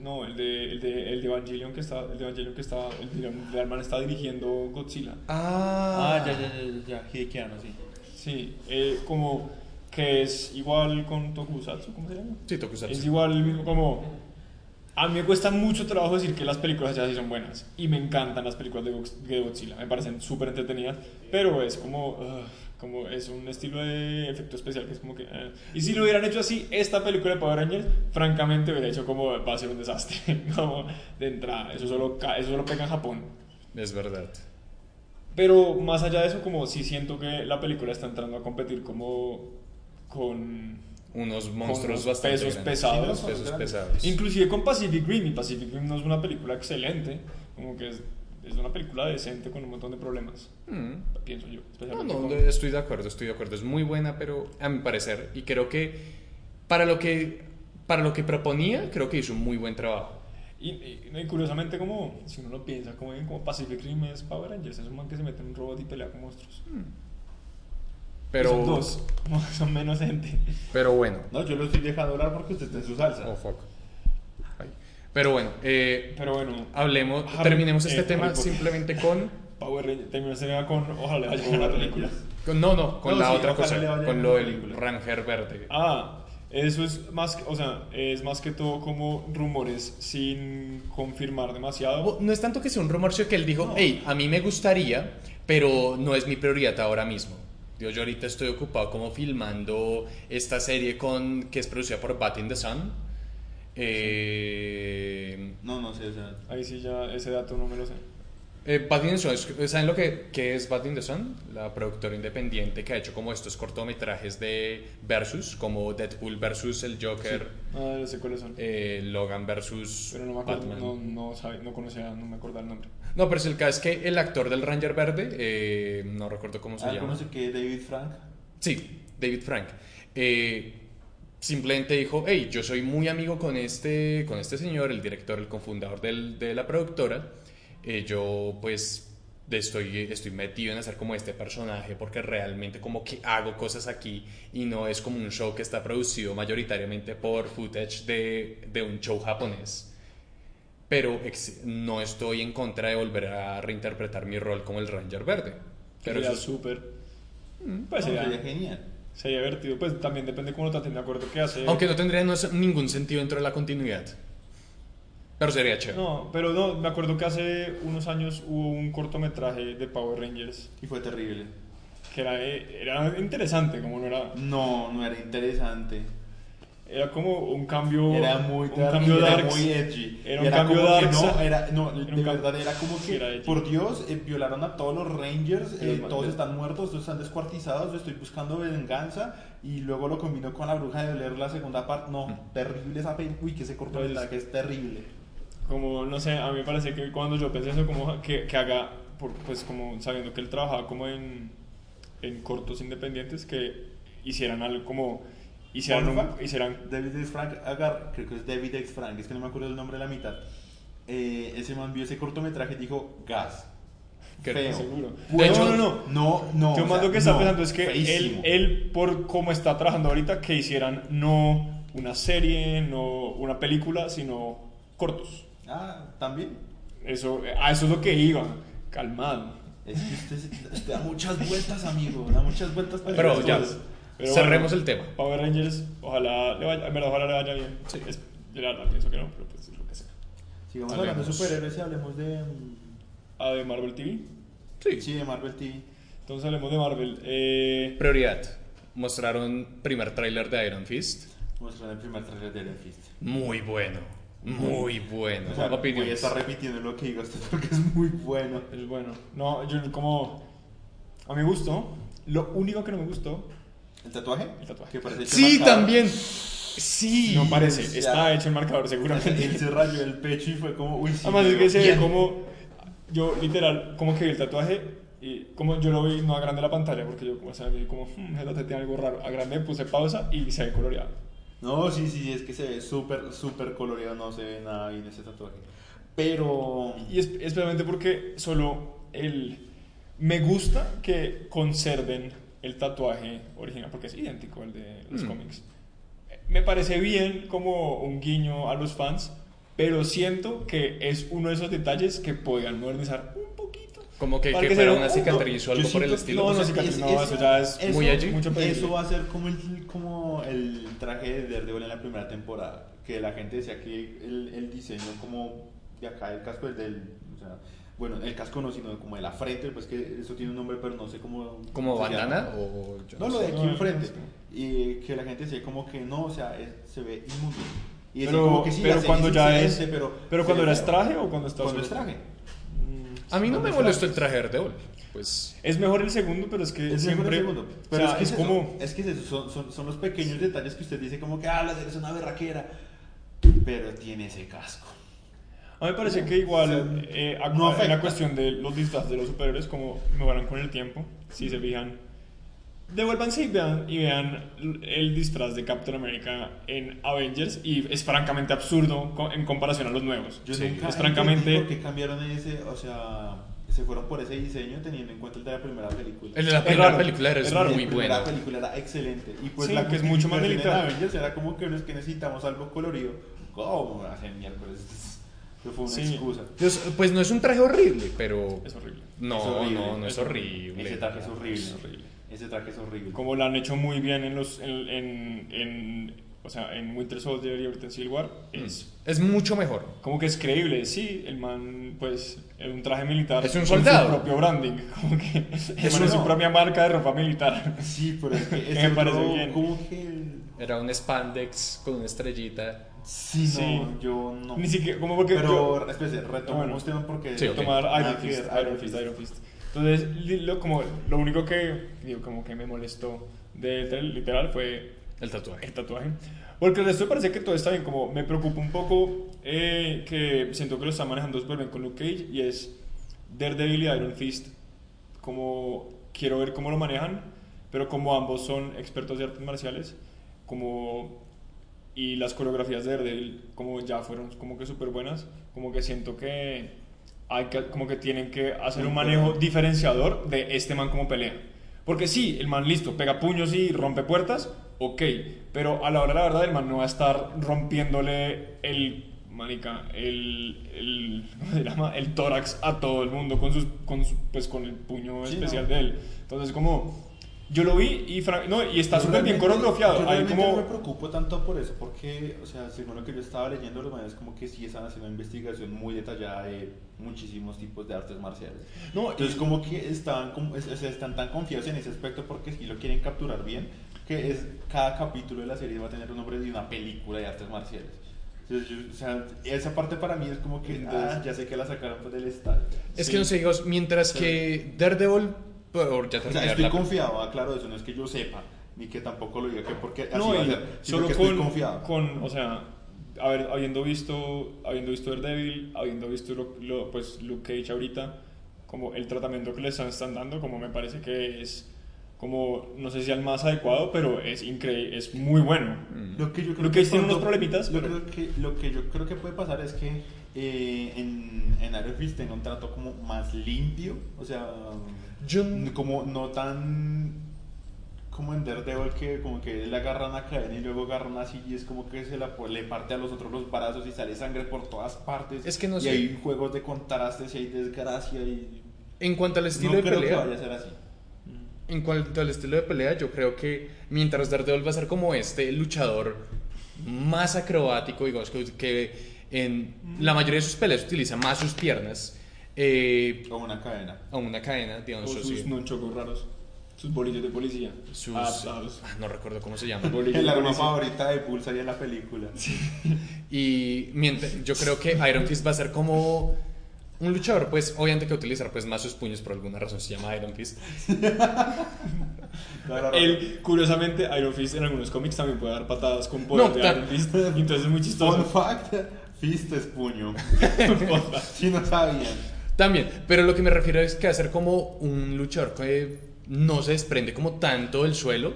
S1: No, el de, el de el de Evangelion que está el de Evangelion que está el de, el de Alman está dirigiendo Godzilla.
S2: Ah,
S3: Ah, ya, ya, ya, ya, ya, Hidekiano, sí.
S1: Sí, eh, como que es igual con Tokusatsu, ¿cómo se llama?
S2: Sí, Tokusatsu.
S1: Es igual el mismo como A mí me cuesta mucho trabajo decir que las películas ya sí son buenas. Y me encantan las películas de, Gox- de Godzilla. Me parecen súper entretenidas. Pero es como. ugh, como es un estilo de efecto especial que es como que. eh. Y si lo hubieran hecho así, esta película de Power Rangers, francamente, hubiera hecho como. Va a ser un desastre. como de entrada. Eso solo, ca- eso solo pega en Japón.
S2: Es verdad.
S1: Pero más allá de eso, como sí siento que la película está entrando a competir como con...
S2: Unos monstruos
S1: unos
S2: bastante
S1: pesos
S2: grandes.
S1: pesados.
S2: Sí, unos pesos
S3: Grandes.
S2: pesados.
S1: Inclusive con Pacific Rim, y Pacific Rim no es una película excelente, como que es, es una película decente con un montón de problemas,
S2: Mm.
S1: pienso yo.
S2: No,
S1: especialmente
S2: no,
S1: con-
S2: estoy de acuerdo, estoy de acuerdo. Es muy buena, pero a mi parecer, y creo que para lo que, para lo que proponía, creo que hizo un muy buen trabajo.
S1: Y, y- y curiosamente, como si uno lo piensa, como, bien, como Pacific Rim es Power Rangers, es un man que se mete en un robot y pelea con monstruos.
S2: Pero,
S1: Son dos, son menos gente.
S2: pero bueno.
S3: No, yo lo estoy dejando hablar porque usted está en su salsa.
S2: Oh, fuck. Ay. Pero bueno, eh,
S1: Pero bueno,
S2: hablemos,
S1: Harry-
S2: terminemos
S1: eh,
S2: este tema
S1: Harry Potter.
S2: simplemente con,
S1: Power Rangers terminó esta idea con ojalá le vaya bien
S3: Como
S1: la
S3: las
S1: película.
S3: películas.
S2: con- no, no, con
S3: No,
S2: la
S3: sí,
S2: otra
S3: ojalá
S2: cosa,
S3: le
S2: con
S3: vaya bien
S2: lo
S3: la
S2: del
S3: película.
S2: Ranger Verde.
S1: Ah, eso es más, que- o sea, es más que todo como rumores sin confirmar demasiado.
S2: No es tanto que sea un rumor, sino que él dijo, hey, a mí me gustaría, pero no es mi prioridad ahora mismo. Digo, yo ahorita estoy ocupado como filmando esta serie con, que es producida por Bat in the Sun. Eh,
S3: No, no sé, o sea.
S1: Ahí sí ya ese dato no me lo sé.
S2: eh, Bat in the Sun, es- ¿saben lo que, qué es Bat in the Sun? La productora independiente que ha hecho como estos cortometrajes de Versus, como Deadpool versus el Joker,
S1: Ah, no sé cuáles son.
S2: eh, Logan versus
S1: Pero no me acuerdo,
S2: Batman.
S1: no, no, sabe- no conocía, no me acordaba el nombre.
S2: No, pero es el caso es que el actor del Ranger Verde, eh, no recuerdo cómo se
S3: ah,
S2: llama.
S3: ¿Cómo se que David Frank?
S2: Sí, David Frank. Eh, simplemente dijo, hey, yo soy muy amigo con este, con este señor, el director, el confundador del- de la productora. Eh, yo pues estoy, estoy metido en hacer como este personaje porque realmente como que hago cosas aquí y no es como un show que está producido mayoritariamente por footage de, de un show japonés. Pero ex- no estoy en contra de volver a reinterpretar mi rol como el Ranger Verde. Pero
S1: Pero sería
S2: eso es-
S1: súper. Pues
S3: No, sería
S1: sería,
S3: genial.
S1: sería divertido. Pues también depende cómo lo traten. Me acuerdo que hace.
S2: Aunque no tendría no- ningún sentido dentro de la continuidad. Pero sería chévere.
S1: No, pero no, me acuerdo que hace unos años hubo un cortometraje de Power Rangers
S3: Y fue terrible.
S1: que era, eh, era interesante, como no era.
S3: No, no era interesante.
S1: Era como un cambio.
S3: Era muy
S1: un
S3: dark,
S1: cambio
S3: era
S1: darks.
S3: muy edgy.
S1: Era un cambio
S3: como que
S1: darks.
S3: No, era, no,
S1: Era un
S3: de
S1: cambio-
S3: verdad era como que,
S1: Era edgy.
S3: por Dios, eh, violaron a todos los Rangers,
S1: Y los
S3: eh,
S1: ma-
S3: todos
S1: de-
S3: están muertos, todos están descuartizados, yo estoy buscando venganza y luego lo combinó con la bruja de leer la segunda parte. No,
S1: Mm.
S3: terrible esa película. Uy, que ese
S1: Pues
S3: cortometraje es terrible.
S1: como no sé, a mí me parece que cuando yo pensé eso, como que, que haga, por- pues como sabiendo que él trabajaba como en, en cortos independientes, que hicieran algo como, hicieran
S3: Fun
S1: un,
S3: fact,
S1: hicieran,
S3: David X. Frank agar, creo que es David X. Frank, es que no me acuerdo el nombre de la mitad. Eh, ese man vio ese cortometraje y dijo, gas.
S2: Que-
S3: Feo.
S1: seguro.
S2: De hecho-
S1: no, no, no.
S3: No, no.
S1: yo
S3: o
S1: más
S3: sea,
S1: lo que está
S3: no,
S1: pensando es que él,
S3: feísimo.
S1: él, por cómo está trabajando ahorita, que hicieran no una serie, no una película, sino cortos.
S3: Ah, también.
S1: Eso, a eso es lo que iba, calmado.
S3: Es que usted, se- usted da muchas vueltas, amigo. Da muchas vueltas para
S2: Pero
S3: esas
S2: ya,
S3: cosas.
S1: Pero
S2: cerremos
S1: bueno,
S2: el tema.
S1: Power Rangers, ojalá le vaya, en verdad, ojalá le vaya bien. Es- yo la verdad pienso que no, pero pues es lo que sea.
S3: Sigamos
S2: Hablemos.
S3: hablando de superhéroes y hablemos de. mm,
S1: Ah, de Marvel TV.
S2: Sí.
S3: Sí, de Marvel TV.
S1: Entonces hablemos de Marvel. Eh,
S2: Prioridad. Mostraron primer tráiler de Iron Fist.
S3: Mostrar el primer trailer de Iron Fist.
S2: Muy bueno. Muy bueno.
S3: O sea, voy a
S2: Opiniones.
S3: estar repitiendo lo que digo esto porque es muy bueno.
S1: es bueno. No, yo como. A mi gusto, lo único que no me gustó.
S3: ¿El tatuaje?
S1: El tatuaje.
S3: Que parece
S2: Sí,
S3: marcado.
S2: también. Sí.
S1: No parece,
S3: ya.
S1: está hecho en marcador
S3: Él
S1: seguramente.
S3: se rayó el pecho y fue como. Uy, sí,
S1: Además es que se ve
S3: bien.
S1: como. Yo literal, como que vi el tatuaje. Y como yo lo vi no agrandé la pantalla porque yo como, o sea, vi como, hmm, el tatuaje tiene algo raro. Agrandé, puse pausa y se ve coloreado.
S3: No, sí, sí, es que se ve súper, súper coloreado. No se ve nada bien ese tatuaje. Pero.
S1: Y es, especialmente porque solo el... Me gusta que conserven el tatuaje original, porque es idéntico al de los
S2: Mm.
S1: cómics. Me parece bien como un guiño a los fans, pero siento que es uno de esos detalles que podrían modernizar un poquito.
S2: Como que,
S1: Para
S2: que
S1: que se
S2: fuera
S1: vea
S2: una
S1: uno.
S2: cicatriz o
S1: Yo
S2: algo por el
S1: siento-
S2: estilo.
S1: no,
S3: O sea,
S1: no, cicatriz,
S3: es-
S1: no, eso ya es
S2: muy allí.
S1: mucho pedir.
S3: Eso va a ser como el, como el traje de Daredevil en la primera temporada. Que la gente decía que el, el diseño como de acá el casco es del... o sea, bueno, el casco no, sino como de la frente, pues que eso tiene un nombre, pero no sé cómo...
S2: ¿Como
S3: se llama.
S2: bandana o yo
S3: No,
S2: no
S3: lo
S2: sé.
S3: de aquí
S1: No, no,
S3: enfrente.
S1: no sé.
S3: Y que la gente decía como que no, o sea, es- se ve inmundo. Y decían
S1: Pero-
S3: como que sí,
S1: pero
S3: la serie
S1: cuando ya
S3: excelente,
S1: es-
S3: Pero,
S1: Pero cuando
S3: era
S1: eras traje o cuando estás
S3: Cuando es
S1: solo? Mm.
S3: traje.
S2: A mí no me
S3: ¿Dónde
S2: molestó
S3: está?
S2: el traje de Daredevil. Pues
S1: Es mejor el segundo, pero es que
S3: Es mejor
S1: siempre.
S3: el segundo. Pero
S1: o sea,
S3: es que es, eso,
S1: como.
S3: es que es eso, son, son, son los pequeños detalles que usted dice como que, ah, la serie es una berraquera. Pero tiene ese casco.
S1: A mí me parece que igual,
S3: sea,
S1: eh,
S3: no
S1: no en
S3: afecta.
S1: la cuestión de los disfraces de los superhéroes, como mejoran con el tiempo, si se fijan. Devuélvanse y vean, y vean el disfraz de Captain America en Avengers y es francamente absurdo co- en comparación a los nuevos.
S3: Yo
S2: Sí,
S3: nunca
S1: es francamente-
S3: porque cambiaron ese, o sea, se fueron por ese diseño teniendo en cuenta el de la primera película.
S2: el de la
S1: Es
S2: primera
S1: raro,
S2: película era
S1: es
S2: es
S1: raro.
S2: muy
S3: la primera
S2: bueno.
S3: película era excelente. Y pues
S1: Sí,
S3: la
S1: que es mucho más
S3: justificación en
S1: militar.
S3: Avengers era como que no es que necesitamos algo colorido. ¿Cómo hacen miércoles? Eso fue una
S1: Sí.
S3: excusa.
S2: Pues, pues no es un traje horrible, pero.
S1: Es horrible.
S2: No,
S3: Es horrible.
S2: no, no es
S1: Es
S2: horrible.
S3: Ese traje es horrible.
S1: Es horrible.
S3: Ese traje es horrible.
S1: Como lo han hecho muy bien en los. En, en, en- o sea, en Winter Soldier y ahorita en Civil War, es
S2: Mm. Es mucho mejor.
S1: Como que es creíble, sí, el man, pues, en un traje militar.
S2: Es un
S1: con
S2: soldado.
S1: Su propio branding, como que. El
S2: Es
S1: man es
S2: uno.
S1: su propia marca de ropa militar.
S3: Sí, pero es que
S1: Me
S3: ese
S1: parece
S3: otro,
S1: bien.
S3: Como que el-
S2: Era un spandex con una estrellita.
S3: Sí,
S1: Sí.
S3: no, yo no.
S1: Ni siquiera, como porque.
S3: pero,
S1: yo-
S3: espérese,
S1: Bueno.
S3: retomemos tema porque.
S2: Sí, ok.
S1: tomar Iron
S3: Nada que
S1: Fist,
S3: ver,
S1: Iron Fist, Iron Fist. Entonces, li- lo, como, lo único que, digo, como que me molestó de del literal fue
S2: El tatuaje.
S1: el tatuaje. Porque el resto me parece que todo está bien, como me preocupa un poco eh, que siento que lo está manejando súper bien con Luke Cage y es Daredevil y Iron Fist. Como quiero ver cómo lo manejan, pero como ambos son expertos de artes marciales, como y las coreografías de Daredevil como ya fueron como que súper buenas, como que siento que hay que como que tienen que hacer un manejo diferenciador de este man como pelea. Porque sí, el man listo, pega puños y rompe puertas, ok, pero a la hora de la verdad el man no va a estar rompiéndole el marica, el, el ¿cómo se llama? El tórax a todo el mundo con sus con su- pues con el puño
S3: Sí,
S1: especial
S3: no.
S1: de él. Entonces como yo lo vi y fra- no, y está
S3: Yo
S1: súper bien
S3: realmente-
S1: coreografiado,
S3: Yo
S1: hay
S3: realmente
S1: como
S3: no me preocupo tanto por eso, porque, o sea, según lo que yo estaba leyendo, los manes como que sí están haciendo una investigación muy detallada de muchísimos tipos de artes marciales.
S1: No,
S3: Entonces,
S1: y-
S3: como que están, como- es- o sea, están tan confiados en ese aspecto porque sí lo quieren capturar bien, que es cada capítulo de la serie va a tener un nombre de una película de artes marciales. Entonces, yo- o sea, esa parte para mí es como que
S1: Entonces-
S3: ah, ya sé que la sacaron pues, del estadio.
S2: Es
S1: Sí.
S2: que no sé, hijos, mientras que Daredevil. Por ya
S3: O sea,
S2: terminar
S3: estoy
S2: la-
S3: confiado, aclaro eso, no es que yo sepa, ni que tampoco lo diga que porque así
S1: No,
S3: va a
S1: y
S3: ser, sino
S1: solo
S3: que
S1: con,
S3: estoy confiado.
S1: con, o sea, a ver, habiendo visto, habiendo visto Daredevil, habiendo visto lo, lo- pues Luke Cage ahorita, como el tratamiento que le están, están dando, como me parece que es, como, no sé si el más adecuado, pero es increíble, es muy bueno.
S2: Mm.
S3: Lo que yo creo
S1: Lo que tiene unos problemitas,
S3: Lo,
S1: pero-
S3: creo que, lo que yo creo que puede pasar es que eh, en, en Iron Fist tenga un trato como más limpio, o sea,
S2: Yo-
S3: como no tan como en Daredevil que como que le agarran a cadena y luego agarran así y es como que se la po- le parte a los otros los brazos y sale sangre por todas partes.
S2: Es que no
S3: y
S2: sé.
S3: hay juegos de contrastes y hay desgracia y
S2: En cuanto al estilo
S3: no
S2: de
S3: creo
S2: pelea.
S3: que vaya a ser así.
S2: En cuanto al estilo de pelea, yo creo que mientras Daredevil va a ser como este luchador más acrobático, digamos, que, que en la mayoría de sus peleas utiliza más sus piernas eh,
S3: Como una cadena.
S2: a una cadena, digamos,
S1: O
S2: o
S1: sus
S2: sí,
S1: nonchocos raros, sus bolillos de policía,
S2: sus-
S1: adaptados.
S2: ah, no recuerdo cómo se llama.
S1: Bolillos
S3: El
S1: de
S3: arma
S1: policía.
S3: favorita de Bullseye en la película.
S2: Y mientras, yo creo que Iron Fist va a ser como un luchador, pues obviamente que va a utilizar pues, más sus puños por alguna razón, se llama Iron Fist.
S3: No, no, no.
S1: Él, curiosamente, Iron Fist en algunos cómics también puede dar patadas con
S2: No,
S1: poder de
S2: tan-
S1: Iron Fist, entonces es muy
S3: Fun
S1: chistoso.
S3: fact, fist es puño. si no sabían.
S2: También, pero lo que me refiero es que hacer como un luchador que no se desprende como tanto del suelo,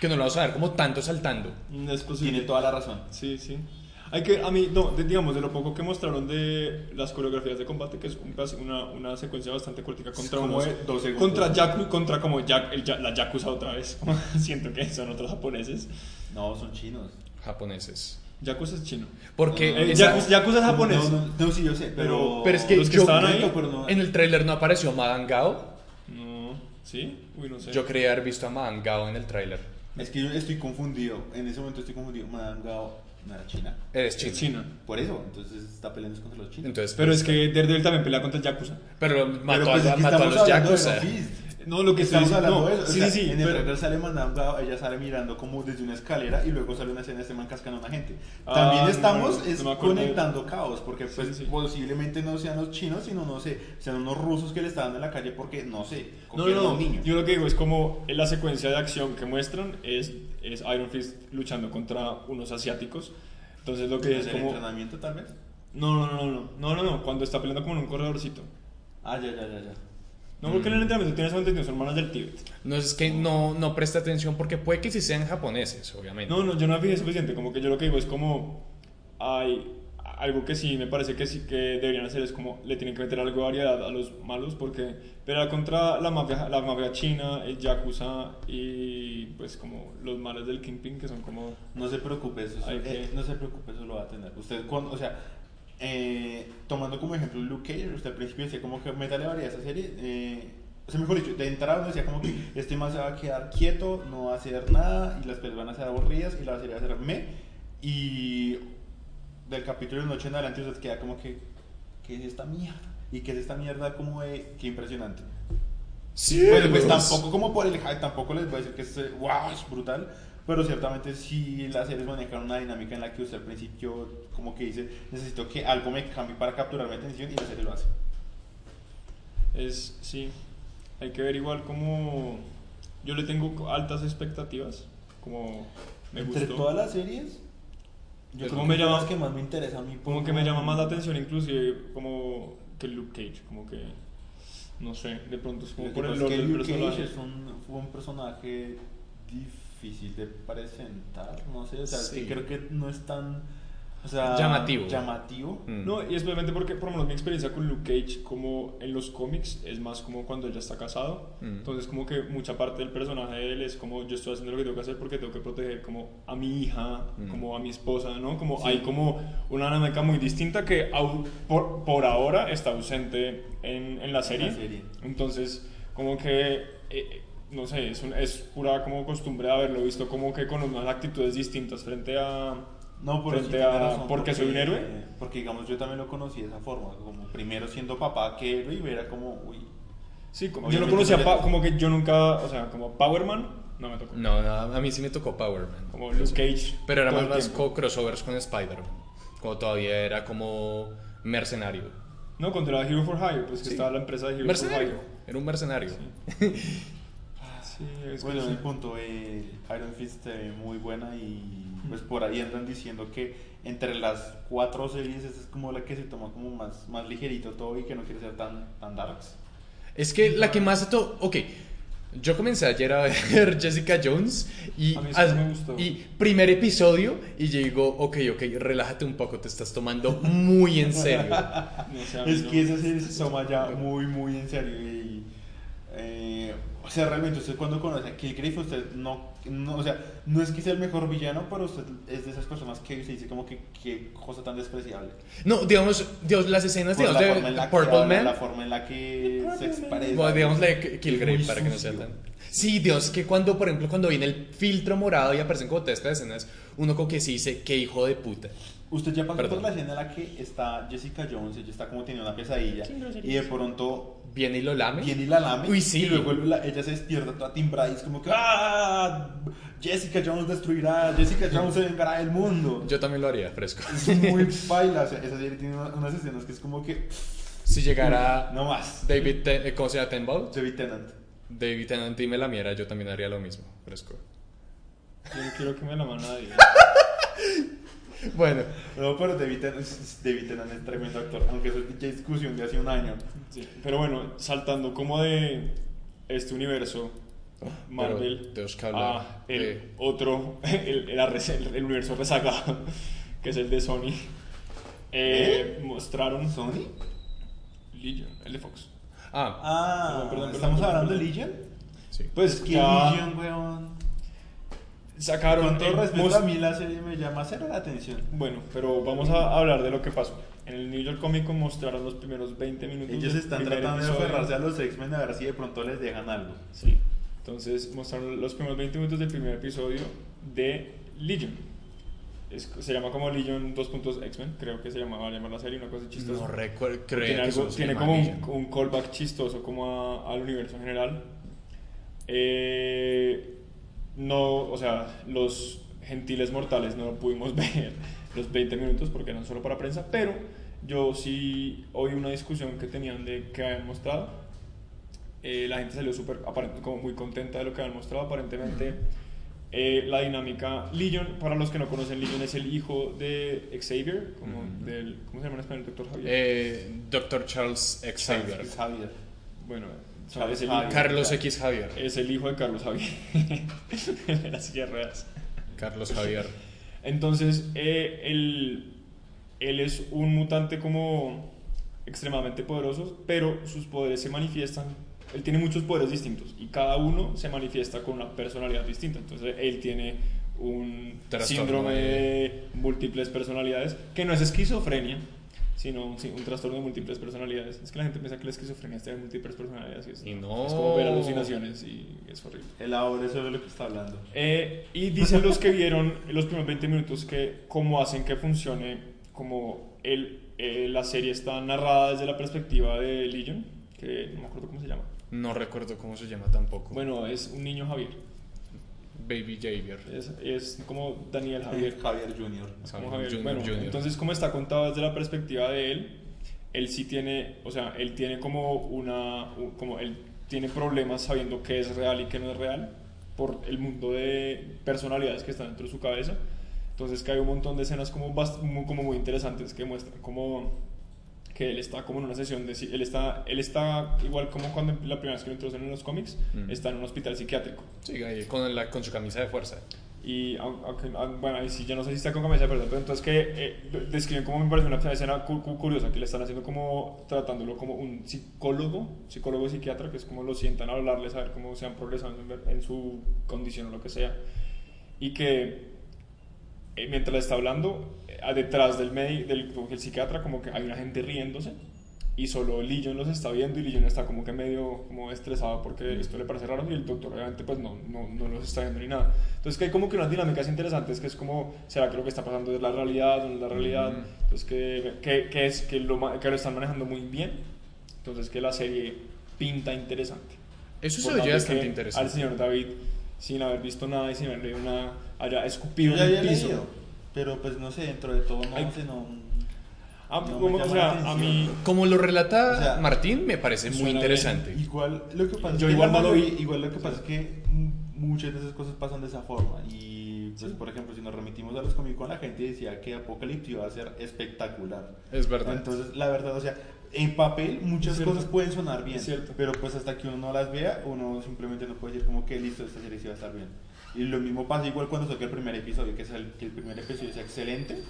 S2: que no lo vas a ver como tanto saltando.
S1: Es posible.
S3: Tiene toda la razón.
S1: Sí, sí. Hay que, a mí, no, de- digamos, de lo poco que mostraron de las coreografías de combate, que es un pedazo- una, una secuencia bastante cortica contra
S3: como
S1: unos-
S3: de dos segundos.
S1: contra Yaku, contra como Yak- el Ya- la Yakuza otra vez. Siento que son otros japoneses.
S3: No, son chinos.
S2: Japoneses.
S1: Yakuza es chino.
S2: Porque
S3: Ah,
S1: Eh,
S2: esa-
S1: Yakuza, Yakuza es japonés.
S3: No, no, no, sí, yo sé, pero.
S2: pero es que,
S1: los que
S2: yo
S1: estaban
S2: vi-
S1: ahí,
S3: pero no-
S2: en el tráiler no apareció Madangao.
S1: No. ¿Sí? Uy, no sé.
S2: Yo creía haber visto a Madangao en el tráiler.
S3: Es que yo estoy confundido. En ese momento estoy confundido. Madame Gao no era china.
S2: Eres
S1: Es
S2: chino.
S1: China.
S3: Por eso, entonces está peleando contra los chinos.
S2: Entonces,
S1: Pero
S2: pues,
S1: es que Daredevil también pelea contra el Yakuza.
S2: pero mató,
S3: pues
S2: a,
S3: es que
S2: mató a
S3: estamos
S2: los
S3: hablando de
S2: Yakuza.
S3: The Office.
S1: No, lo que estoy
S3: estamos
S1: diciendo-
S3: hablando
S1: no,
S3: de eso.
S1: sí,
S3: o sea,
S1: sí, sí,
S3: En el
S1: pero-
S3: trailer sale Madame Gao, ella sale mirando como desde una escalera y luego sale una escena de este man cascando a una gente.
S1: Ah,
S3: También
S1: no,
S3: estamos
S1: no me
S3: es
S1: acuerdo.
S3: conectando caos, porque pues,
S1: sí.
S3: posiblemente no sean los chinos, sino no sé, sean unos rusos que le están dando en la calle porque no sé,
S1: No,
S3: cogieron a
S1: no,
S3: un niño.
S1: no. Yo lo que digo es como en la secuencia de acción que muestran es, es Iron Fist luchando contra unos asiáticos. Entonces lo que
S3: ¿En
S1: es
S3: el
S1: como... No,
S3: entrenamiento tal vez?
S1: no, no, no, no, no, no, no, cuando está peleando como en un corredorcito.
S3: Ah, ya, ya, ya, ya.
S1: No, porque en el entrenamiento tienes entendido, son hermanas del Tíbet.
S2: No es que no, no presta atención porque puede que sí sean japoneses, obviamente.
S1: No, no, yo no me fijé suficiente, como que yo lo que digo es como... Hay algo que sí me parece que sí que deberían hacer es como le tienen que meter algo de variedad a los malos porque pelear contra la mafia, la mafia china, el yakuza y pues como los males del Kingpin que son como...
S3: No se preocupe, eso,
S1: Hay
S3: eh,
S1: que-
S3: no se preocupe, eso lo va a tener. Usted cuando, o sea, eh, tomando como ejemplo Luke Cage, usted al principio decía como que métale variedad a esa serie. eh, o sea, mejor dicho, de entrada uno decía como que este man se va a quedar quieto, no va a hacer nada, y las peleas van a ser aburridas, y la serie va a ser me. Y del capítulo de noche en adelante usted queda como que, ¿qué es esta mierda? Y qué es esta mierda como de, qué impresionante.
S2: Sí,
S3: Bueno, pues tampoco como por el hype, tampoco les voy a decir que es, eh, wow, es brutal. Pero ciertamente sí las series manejan una dinámica en la que usted al principio como que dice, necesito que algo me cambie para capturar mi atención y la serie lo hace.
S1: Es, sí, hay que ver igual como... Yo le tengo altas expectativas, como me
S3: Entre
S1: gustó.
S3: todas las series, yo
S1: Es
S3: creo
S1: como
S3: que
S1: me
S3: es de
S1: llama-
S3: las que más me interesa a mí.
S1: Como
S3: por-
S1: que me llama más la atención inclusive como que Luke Cage, como que... No sé, de pronto es
S3: Lo
S1: como
S3: que
S1: por el
S3: pasa es
S1: lore
S3: que
S1: del
S3: Luke Cage
S1: personaje.
S3: es un, fue un personaje difícil de presentar, no sé, o sea, es que
S2: Sí.
S3: creo que no es tan... o sea,
S2: Llamativo.
S3: Llamativo.
S2: Mm.
S1: No, y especialmente porque por lo menos mi experiencia con Luke Cage como en los cómics es más como cuando ella está casado.
S2: Mm.
S1: Entonces como que mucha parte del personaje de él es como yo estoy haciendo lo que tengo que hacer porque tengo que proteger como a mi hija,
S2: Mm.
S1: como a mi esposa, ¿no? Como hay como una dinámica muy distinta que au- por, por ahora está ausente en, en la serie.
S3: serie.
S1: Entonces como que... eh, no sé, es, un- es pura como costumbre de haberlo visto como que con unas actitudes distintas frente a,
S3: No, pero
S1: Frente
S3: sí tiene
S1: a-
S3: razón,
S1: ¿porque soy un héroe?
S3: eh, Porque digamos yo también lo conocí de esa forma, como primero siendo papá que héroe y era como, uy,
S1: Sí, como yo no
S3: Obviamente
S1: conocía
S3: no
S1: Pa-
S3: le-
S1: como que yo nunca, o sea, como Powerman, no me tocó.
S2: No, no, a mí sí me tocó Power Man.
S1: Como Luke Cage.
S2: Pero era
S1: todo
S2: más
S1: el
S2: las
S1: tiempo.
S2: co- crossovers con Spider-Man. Como todavía era como mercenario.
S1: No, contra Hero for Hire, pues que
S2: Sí.
S1: estaba la empresa de Hero
S2: Mercenario.
S1: for Hire.
S2: Era un mercenario.
S1: Sí, es que
S3: pues, bueno,
S1: sí.
S3: el punto, eh, Iron Fist se ve muy buena y
S1: Mm.
S3: pues por ahí andan diciendo que entre las cuatro series esta es como la que se toma como más, más ligerito todo y que no quiere ser tan, tan darks.
S2: Es que la que más... To... Ok, yo comencé ayer a ver Jessica Jones y,
S1: A mí sí
S2: as-
S1: me gustó.
S2: y primer episodio y yo digo, ok, ok, relájate un poco, te estás tomando muy en serio.
S1: No sé, a mí
S3: Es
S1: no.
S3: que esa serie se toma ya muy, muy en serio y... eh, o sea, realmente usted cuando conoce a Killgrave, usted no, no... O sea, no es que sea el mejor villano, pero usted es de esas personas que se dice como que qué cosa tan despreciable.
S2: No, digamos, digamos las escenas
S3: Por
S2: digamos,
S3: la
S2: de
S3: forma en la que
S2: Purple
S3: habla,
S2: Man.
S3: la forma en la que se expresa.
S2: Bueno, digamos la de
S3: Muy
S2: Killgrave para que no sea
S3: sucio.
S2: tan. Sí, Dios, que cuando, por ejemplo, cuando viene el filtro morado y aparecen como todas estas escenas, uno como que sí dice, qué hijo de puta.
S3: Usted ya pasó
S2: Perdón.
S3: por la escena en la que está Jessica Jones, ella está como teniendo una pesadilla
S1: Sin
S3: y de
S1: groserías.
S3: pronto
S2: Viene y lo lame.
S3: viene y la lame
S2: ¿Eh? Uy, sí.
S3: y luego la- ella se despierta toda timbrada y es como que ¡Ah! Jessica Jones destruirá, Jessica Jones se vengará del mundo.
S2: Yo también lo haría, fresco.
S3: Es muy baila, o sea, esa serie tiene una- unas escenas que es como que
S2: Si llegara
S3: no más.
S2: David, Ten- eh, ¿cómo se llama? Tenbaugh,
S3: David Tennant.
S2: David Tennant y me la miera, yo también haría lo mismo, fresco.
S1: Yo no quiero que me la mano nadie.
S2: Bueno,
S3: No, pero David Tennant, David Tennant es tremendo actor, aunque eso es ya discusión de hace un año.
S1: Sí. Pero bueno, saltando como de este universo Marvel
S2: Ah, Pero tenemos que hablar
S3: Ah,
S1: a el
S2: de-
S1: otro, el, el arres- el- el universo rezagado, que es el de Sony, eh, mostraron
S3: ¿Sony?
S1: Legion, el de Fox.
S2: ah,
S3: Ah,
S1: Perdón, perdón,
S3: ¿estamos
S1: perdón,
S3: hablando de
S1: perdón.
S3: Legion?
S2: sí.
S1: Pues
S3: Es que
S1: ya-
S3: Legion, weón.
S1: sacaron.
S3: Con todo
S1: el
S3: respeto,
S1: mos-
S3: a mí la serie me llama cero la atención.
S1: Bueno, pero vamos a hablar de lo que pasó. En el New York Comic Con mostraron los primeros 20 minutos.
S3: Ellos
S1: del
S3: están
S1: primer
S3: tratando de
S1: episodio.
S3: aferrarse a los X-Men a ver si de pronto les dejan algo.
S1: Sí. Entonces mostraron los primeros 20 minutos del primer episodio de Legion. Es- se llama como Legion 2. X-Men, creo que se llamaba llamar la serie, una cosa chistosa.
S2: No recuerdo, creo
S1: tiene
S2: que
S1: algo-
S2: somos
S1: tiene
S2: una
S1: como un,
S2: milla.
S1: un callback chistoso como a- al universo en general. Eh, no, o sea, los gentiles mortales no pudimos ver los 20 minutos porque eran solo para prensa, pero yo sí oí una discusión que tenían de que habían mostrado. Eh, la gente salió súper, aparent- como muy contenta de lo que habían mostrado. Aparentemente, eh, la dinámica Legion, para los que no conocen, Legion es el hijo de Xavier, como
S2: Ujú.
S1: del, ¿cómo se llama en español? Doctor Javier.
S2: Eh, Dr. Charles X. Xavier.
S3: Javier.
S1: Bueno, o sea,
S3: Charles
S1: es el,
S3: Javier.
S2: Carlos X. Javier.
S1: es el hijo de Carlos Javier, el de las sillas de ruedas.
S2: Carlos Javier.
S1: Entonces, eh, él, él es un mutante como extremadamente poderoso, pero sus poderes se manifiestan. Él tiene muchos poderes distintos y cada uno se manifiesta con una personalidad distinta. Entonces, él tiene un
S2: Trastorno
S1: síndrome
S2: de-
S1: de múltiples personalidades que no es esquizofrenia, sino un, sí, un trastorno de múltiples personalidades. Es que la gente piensa que la esquizofrenia es tener múltiples personalidades y es,
S2: Y no.
S1: es como ver alucinaciones y es horrible.
S3: El ahora es sobre lo que está hablando.
S1: Eh, y dicen los que vieron los primeros 20 minutos que cómo hacen que funcione, como el, eh, la serie está narrada desde la perspectiva de Legion, que no me acuerdo cómo se llama.
S2: No recuerdo cómo se llama tampoco.
S1: Bueno, es un niño Javier.
S2: Baby Javier.
S1: Es, es como Daniel Javier.
S3: Javier Jr.
S1: Es como
S2: Javier
S1: Javier.
S2: Junior,
S1: Bueno,
S2: Junior.
S1: entonces como está contado desde la perspectiva de él, él sí tiene, o sea, él tiene como una, u- como él tiene problemas sabiendo qué es real y qué no es real por el mundo de personalidades que están dentro de su cabeza. Entonces que hay un montón de escenas como, bast- mu- como muy interesantes que muestran como que él está como en una sesión de si- él está él está igual como cuando la primera vez que lo introducen en los cómics
S2: Mm.
S1: está en un hospital psiquiátrico
S2: Sí, ahí, con, la, con su camisa de fuerza.
S1: y au- aunque- au- bueno, ahí sí, ya no sé si está con camisa, perdón, pero entonces que eh, de- describen como me parece una escena cu- cu- curiosa, que le están haciendo como tratándolo como un psicólogo, psicólogo psiquiatra, que es como lo sientan a hablarles, a ver cómo se han progresado en, ver- en su condición o lo que sea. Y que eh, mientras le está hablando, eh, a- detrás del, medi- del, como que el psiquiatra, como que hay una gente riéndose. Y solo Legion los está viendo y Legion está como que medio como estresado porque esto le parece raro y el doctor obviamente pues no, no, no los está viendo ni nada. Entonces que hay como que unas dinámicas interesantes que es como, ¿será que lo que está pasando es la realidad o no es la realidad?
S2: Ujú.
S1: Entonces que, que, que es, que, lo, ma- que lo están manejando muy bien. Entonces que la serie pinta interesante.
S2: Eso se
S1: Por
S2: oye
S1: tanto,
S2: bastante
S1: que
S2: interesante.
S1: Al señor David, sin haber visto nada y sin haber leído nada, haya
S3: Yo
S1: escupido
S3: ya
S1: en
S3: había
S1: el piso.
S3: leído, pero pues no sé, dentro de todo no
S1: Ay.
S3: sé, no...
S1: Ah,
S3: No me
S1: como- o
S3: llama
S1: sea,
S3: la
S1: a mí...
S2: Como lo relata
S3: O sea,
S2: Martín, me parece muy
S1: suena
S2: interesante.
S3: Igual lo que pasa
S1: Yo
S3: es que
S1: igual
S3: la
S1: no lo
S3: mayoría-
S1: vi.
S3: igual lo que pasa es que m- muchas de esas cosas pasan de esa forma y pues por ejemplo si nos remitimos a los Comic Con la gente decía que Apocalipsis iba a ser espectacular.
S2: Es verdad.
S3: Entonces, la verdad, o sea, en papel muchas
S1: Es cierto.
S3: cosas pueden sonar bien,
S1: Es cierto.
S3: pero pues hasta que uno no las vea, uno simplemente no puede decir como que listo, esta serie sí va a estar bien. Y lo mismo pasa igual cuando saqué el primer episodio, que, es el, que el primer episodio sea excelente,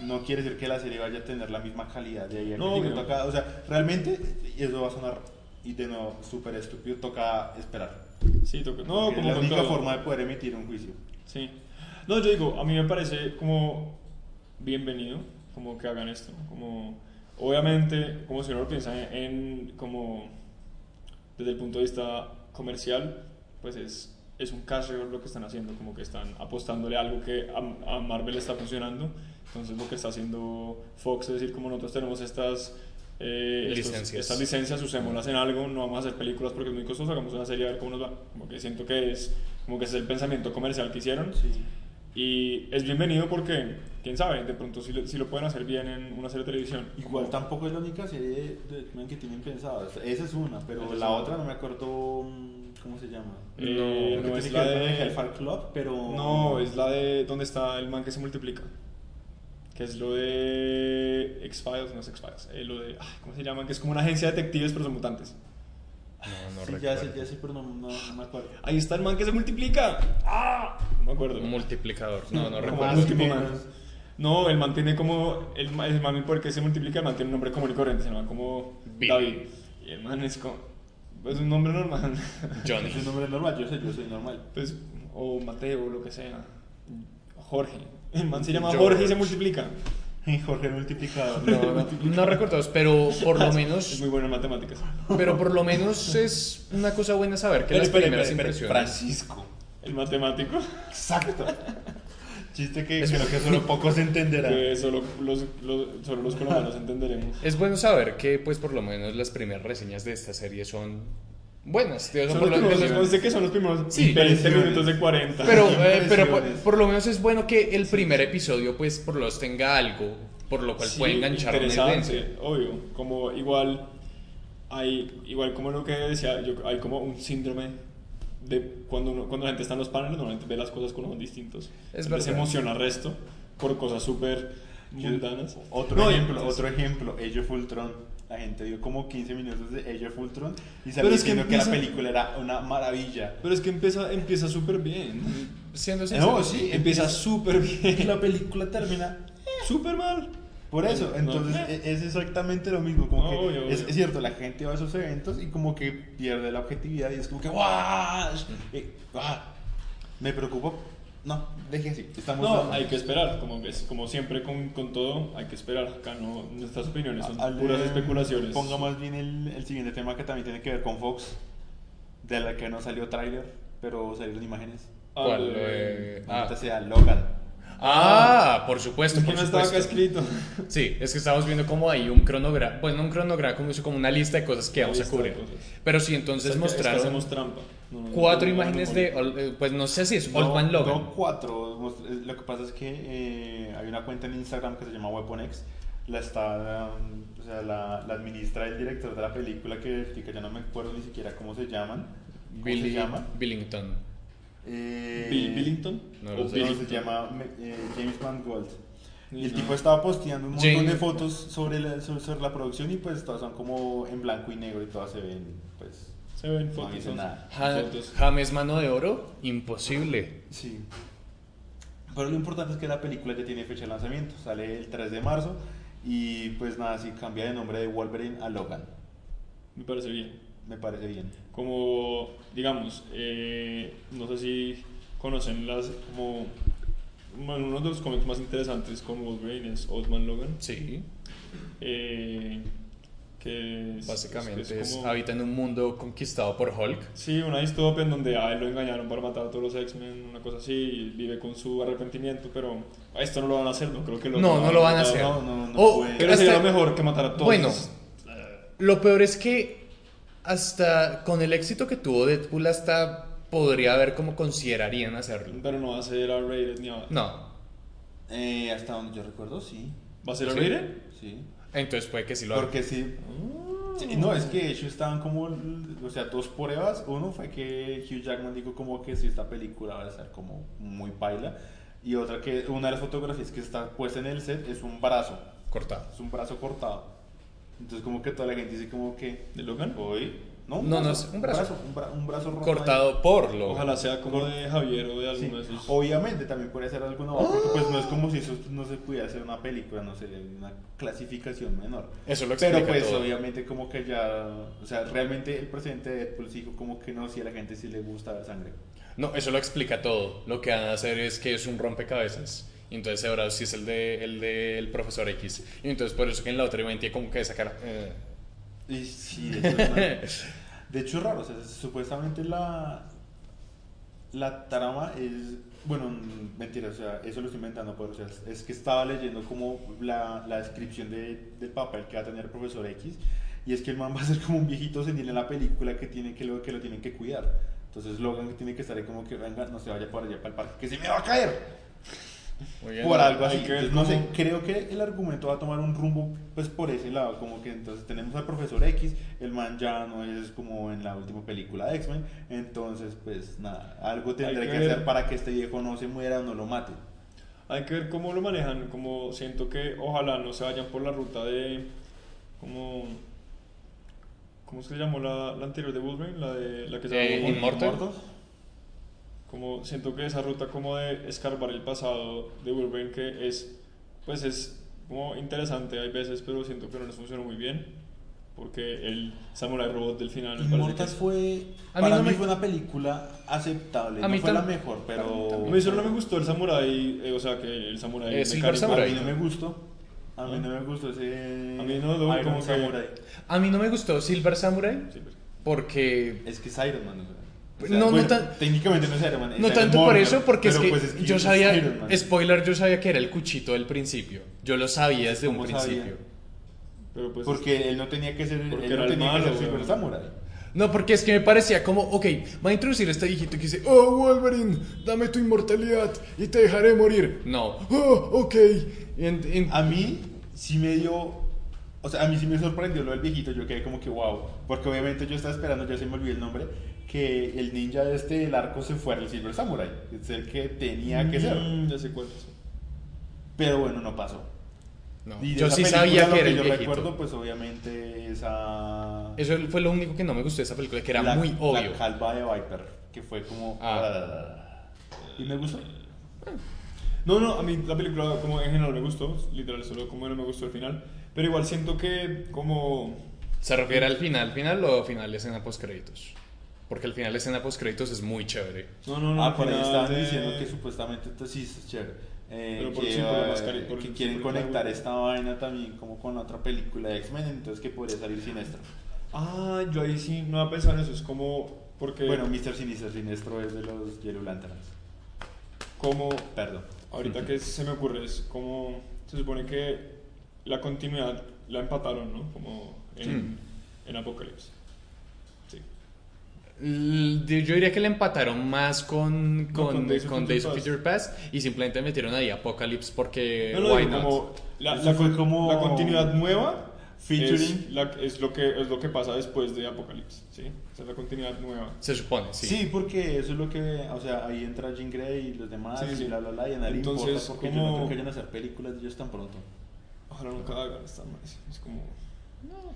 S3: no quiere decir que la serie vaya a tener la misma calidad de ahí a
S1: No,
S3: que
S1: obvio.
S3: toca- o sea, realmente, y eso va a sonar, y de nuevo, súper estúpido, toca esperar.
S1: Sí, toca- No,
S3: Porque
S1: como
S3: es la
S1: con
S3: única
S1: todo.
S3: forma de poder emitir un juicio.
S1: Sí. No, yo digo, a mí me parece como bienvenido, como que hagan esto, ¿no? como obviamente, como si uno lo piensa en, en como desde el punto de vista comercial, pues es es un cash grab lo que están haciendo, como que están apostándole a algo que a, a Marvel está funcionando, entonces lo que está haciendo Fox es decir, como nosotros tenemos estas eh, estos-
S2: Licencias.
S1: estas licencias, usémoslas en algo, no vamos a hacer películas porque es muy costoso, hagamos una serie a ver cómo nos va. Como que siento que es, como que ese es el pensamiento comercial que hicieron. Y es bienvenido porque, quién sabe, de pronto si lo, si lo pueden hacer bien en una serie de televisión.
S3: Igual
S1: Como-
S3: tampoco es la única serie de X-Men que tienen pensado. Esa esa es una, pero
S1: Esa es
S3: la
S1: una.
S3: otra no me acuerdo mm, cómo se llama.
S1: Eh,
S3: Creo
S1: no,
S3: que
S1: es
S3: tiene
S1: la
S3: que ver con el
S1: de...
S3: Hellfire Club, pero
S1: No, es la de donde está el man que se multiplica. Que es lo de X-Files, no es X-Files. eh, lo de... ay, ¿Cómo se llaman? Que es como una agencia de detectives pero son mutantes.
S2: No, no
S3: sí,
S2: recuerdo.
S3: ya sé, ya sé, pero no, no- no me acuerdo.
S1: Ahí está el man que se multiplica. ¡Ah! No me acuerdo.
S2: Multiplicador. No, no
S1: Como
S2: recuerdo.
S1: el último
S3: que-
S1: man. No, él mantiene como. El, ma- el man, porque se multiplica, mantiene un nombre común y corriente. Se llama como
S2: Bill.
S1: David. Y el man es como. Es un nombre normal.
S2: Johnny.
S3: Es un nombre normal, yo sé, yo soy normal.
S1: Pues, o Mateo, lo que sea. Jorge. El man se llama
S2: George.
S1: Jorge y se multiplica.
S3: Jorge multiplicador.
S2: No, no, no recortados, pero por lo
S1: Es
S2: menos,
S1: muy bueno en matemáticas.
S2: pero por lo menos es una cosa buena saber que
S3: Espere,
S2: las
S3: espere,
S2: primeras
S3: espere, espere.
S2: impresiones.
S3: Francisco.
S1: El matemático.
S3: Exacto. Chiste que creo que solo pocos entenderán.
S1: Que solo los, los- solo los colombianos entenderemos.
S2: Es bueno saber que, pues, por lo menos las primeras reseñas de esta serie son buenas. tío, son
S1: Son
S2: por
S1: los
S2: lo
S1: primeros,
S2: menos-
S1: sé que son los primeros
S2: Sí.
S1: 20 minutos de 40.
S2: Pero, eh,
S3: Impresiones.
S2: pero por, por lo menos es bueno que el primer episodio, pues, por lo menos tenga algo por lo cual
S1: Sí,
S2: puede enganchar a una audiencia.
S1: interesante, obvio. Como igual hay, igual como lo que decía, yo, hay como un síndrome de cuando, uno- cuando la gente está en los paneles, normalmente ve las cosas con ojos distintos. Entonces
S2: Es
S1: se
S2: verdad.
S1: emociona resto por cosas súper mundanas.
S3: Otro
S1: No, y- pues,
S3: ejemplo, otro ejemplo, Age of Ultron. La gente dio como 15 minutos de Age of Ultron y salió
S1: Pero es que
S3: diciendo que, la
S1: empieza-
S3: película era una maravilla.
S1: Pero es que empieza empieza súper bien.
S2: Siendo sincero,
S3: No, sí,
S1: Empieza súper
S3: y
S1: bien.
S3: la película termina
S1: Súper mal.
S3: Por eso,
S1: No.
S3: entonces e- es exactamente lo mismo, como que
S1: Obvio,
S3: es,
S1: obvio.
S3: es cierto, la gente va a esos eventos y como que pierde la objetividad y es como que ¡guau! Eh, ¡guau! Me preocupa. No, deje así. Estamos
S1: No,
S3: dando-
S1: hay que esperar, como, ves, como siempre con, con todo, hay que esperar. Acá no, nuestras opiniones son
S3: Ale-
S1: puras especulaciones.
S3: Ponga más bien el, el siguiente tema que también tiene que ver con Fox, de la que no salió tráiler, pero salieron imágenes.
S2: ¿cuál,
S1: Al-
S2: eh?
S3: Maldita
S2: ah,
S3: sea Logan.
S2: ah, por supuesto,
S1: Es que
S2: por
S1: no estaba acá
S2: supuesto.
S1: escrito.
S2: Sí, es que estamos viendo como ahí un cronograma, bueno, un cronograma, como, eso, como una lista de cosas que
S1: Una
S2: vamos a
S1: lista de
S2: cubrir.
S1: cosas.
S2: Pero sí, entonces
S1: Es que- es que
S2: mostraron
S1: hacemos trampa. No, no, no,
S2: cuatro
S1: no, no, no,
S2: imágenes
S1: no,
S2: de,
S1: no.
S2: Ol- eh, pues no sé si es
S3: No,
S2: Old Man Logan.
S3: No, cuatro. Most- eh, Lo que pasa es que eh, hay una cuenta en Instagram que se llama Weaponex. La está, um, o sea, la, la administra el director de la película que, que ya no me acuerdo ni siquiera cómo se llaman. ¿Cómo
S2: Billy-
S3: se llama?
S2: Billington.
S3: Eh,
S1: Bill- Billington.
S2: No
S1: o
S2: lo
S3: no,
S2: sé.
S1: Billington.
S3: se llama me- eh, James Mangold. Y el
S1: No.
S3: tipo estaba posteando un montón
S2: James-
S3: de fotos sobre la, sobre, sobre la producción y pues todas son como en blanco y negro y todas se ven pues...
S1: Se ven
S3: No
S1: fotos.
S3: dice
S1: son-
S3: nada.
S2: Ja-
S1: fotos.
S2: James Mano de Oro, imposible.
S3: Sí. Pero lo importante es que la película ya tiene fecha de lanzamiento. Sale el 3 de marzo. Y pues nada, sí, cambia de nombre de Wolverine a Logan.
S1: Me parece bien.
S3: Me parece bien.
S1: Como, digamos, eh, no sé si conocen las, como, bueno, uno de los cómics más interesantes con Wolverine es Osman Logan.
S2: Sí,
S1: eh, que es,
S2: básicamente
S1: es, es
S2: es-
S1: como-
S2: habita en un mundo conquistado por Hulk.
S1: Sí, una distopia en donde a él lo engañaron para matar a todos los X-Men, una cosa así, y vive con su arrepentimiento, pero a esto no lo van a hacer, no creo que lo
S2: No, no lo van a
S1: matado,
S2: hacer.
S1: no.
S3: No, no, no
S2: Oh,
S3: puede.
S1: Pero
S2: hasta-
S1: sería lo mejor que matar a todos.
S2: Bueno, Lo peor es que hasta con el éxito que tuvo Deadpool hasta podría haber como considerarían hacerlo.
S1: Pero no va a ser R-rated ni a...
S2: No,
S3: Eh, hasta donde yo recuerdo, sí.
S1: ¿Va a ser
S2: Sí.
S1: R-rated?
S3: Sí.
S2: entonces puede que sí lo haga.
S3: Porque sí. sí, No, es que de hecho estaban como, o sea, dos pruebas. Uno fue que Hugh Jackman dijo como que si esta película va a ser como muy baila. Y otra que una de las fotografías que está puesta en el set es un brazo.
S2: cortado.
S3: Es un brazo cortado. Entonces como que toda la gente dice como que...
S1: ¿De Logan?
S3: Hoy. No,
S2: No, no, es un brazo.
S3: Un brazo, un bra- un brazo roto ahí.
S2: Cortado por lo.
S1: Ojalá sea como de Javier o de
S3: Sí,
S1: alguno de esos.
S3: Obviamente también puede ser alguna obra, porque pues no es como si eso no se pudiera hacer una película, no sé, una clasificación menor.
S2: Eso lo explica
S3: Pero pues
S2: todo.
S3: obviamente como que ya, o sea, realmente el presidente de Deadpool sí dijo como que no, si a la gente sí le gusta ver sangre.
S2: No, eso lo explica todo. Lo que van a hacer es que es un rompecabezas. Y entonces ese brazo sí es el de el del profesor X. Y entonces por eso que en la otra mente como que sacar. eh,
S3: Y sí, de hecho, es una- de hecho es raro, o sea, supuestamente la, la trama es, bueno, mm, mentira, o sea, eso lo estoy inventando, pero o sea, es- es que estaba leyendo como la, la descripción de- del papel que va a tener el profesor X, y es que el man va a ser como un viejito senil en la película que, tiene que, lo, que lo tienen que cuidar. Entonces Logan tiene que estar ahí como que venga, no se vaya para allá, para el parque, que se me va a caer
S2: muy bien.
S3: por algo
S1: hay
S3: así.
S1: que ver
S3: Entonces, no sé,
S1: cómo-
S3: creo que el argumento va a tomar un rumbo pues por ese lado, como que entonces tenemos al profesor X, el man ya no es como en la última película de X-Men, entonces pues nada, algo tendré
S1: que
S3: que,
S1: ver.
S3: hacer para que este viejo no se muera o no lo mate.
S1: Hay que ver cómo lo manejan, como siento que ojalá no se vayan por la ruta de como ¿Cómo se llamó la, la anterior de Wolverine? La de la que se
S2: Eh,
S1: llamó-
S2: Inmortal.
S1: Como siento que esa ruta como de escarbar el pasado de Wolverine que es pues es como interesante hay veces, pero siento que no les funciona muy bien. Porque el Samurai Robot del final me parece
S3: Immortals
S1: que...
S3: fue.
S2: A mí
S3: para
S2: no
S3: mí
S2: me-
S3: fue una película aceptable.
S2: A
S3: no
S2: mí
S3: fue la
S2: tam-
S3: mejor,
S2: a mí
S3: pero.
S1: A mí solo no me gustó el Samurai, eh, o sea, que el Samurai
S2: Eh, Silver
S1: mecánico.
S2: Samurai.
S3: A mí no me gustó. A mí
S1: ¿Ah?
S3: no me gustó ese.
S1: A mí no, luego
S3: Iron
S1: como que-
S3: Samurai.
S2: A mí no me gustó Silver Samurai
S1: Silver.
S2: porque...
S3: Es que es Iron Man. o sea. O sea,
S2: No, no
S3: bueno,
S2: tan-
S3: Técnicamente no es Iron Man. es
S2: No
S3: Iron
S2: tanto por
S3: Monger,
S2: eso, porque es
S3: pero
S2: que,
S3: pues
S2: yo
S3: es Iron
S2: sabía,
S3: Man.
S2: spoiler, yo sabía que era el cuchito del principio. Yo lo sabía desde un
S3: ¿Cómo sabía?
S2: principio.
S1: Pero pues...
S3: Porque él no tenía que ser.
S1: Porque
S3: él
S1: era
S3: no
S1: el
S3: tenía
S1: malo,
S3: que ser
S1: weón.
S3: Silver Samurai.
S2: No, porque es que me parecía como, ok, va a introducir a este viejito que dice, oh Wolverine, dame tu inmortalidad y te dejaré morir.
S3: Ah,
S2: No, oh, ok. En- en-
S3: A mí sí me dio. O sea, a mí sí me sorprendió lo del viejito. Yo quedé como que wow. Porque obviamente yo estaba esperando, ya se me olvidó el nombre. Que el ninja de este del arco se fuera el Silver Samurai. Es el que tenía que ser.
S1: Mm, ya sé cuál es.
S3: Pero bueno, no pasó.
S2: no,
S3: Y de
S2: yo
S3: esa
S2: sí
S3: película,
S2: sabía
S3: lo
S2: que era el
S3: yo
S2: viejito.
S3: recuerdo, pues obviamente esa.
S2: Eso fue lo único que no me gustó de esa película, que era
S3: la-
S2: muy obvio.
S3: La calva de Viper, que fue como.
S2: Ah.
S3: ¿Y me gustó?
S1: No, no, a mí la película como en general me gustó, literal, solo como no me gustó el final. Pero igual siento que como...
S2: ¿Se refiere al final, final o final escena post créditos? Porque el final escena post créditos es muy chévere.
S1: No, no, no.
S3: ah,
S1: al
S3: por ahí
S1: final
S3: estaban
S1: de-
S3: diciendo que supuestamente. Entonces, sí, es chévere. Eh,
S1: Pero por-
S3: que,
S1: sí, por las
S3: eh,
S1: cari- por-
S3: que quieren
S1: por la-
S3: conectar esta vaina también como con la otra película de X-Men, entonces que podría salir Siniestro.
S1: Ah, yo ahí sí no había pensado en eso, es como... Porque...
S3: Bueno, Mr. Siniestro, Siniestro es de los Yellow Lanterns.
S1: como...
S3: Perdón.
S1: Ahorita que se me ocurre es como se supone que la continuidad la empataron, ¿no? Como en, en Apocalypse. Sí.
S2: L- Yo diría que le empataron más con, con, con Days, of
S1: Past.
S2: Future Past y simplemente metieron ahí Apocalypse porque
S1: No, no,
S2: why
S1: digo,
S2: not?
S1: como la,
S3: Eh, Eso
S1: la
S3: fue
S1: con-
S3: como-
S1: la continuidad nueva
S3: Featuring.
S1: es, la- es lo que es lo que pasa después de Apocalypse, ¿sí? O sea, la continuidad nueva.
S2: Se supone, sí.
S3: Sí. porque eso es lo que, o sea, ahí entra Jim Gray y los demás
S1: Sí, sí.
S3: y bla bla bla y a nadie le
S1: Entonces,
S3: importa porque yo
S1: ¿cómo-
S3: no creo que vayan a hacer películas de ellos tan pronto.
S1: Ojalá nunca hagan esta más. Es como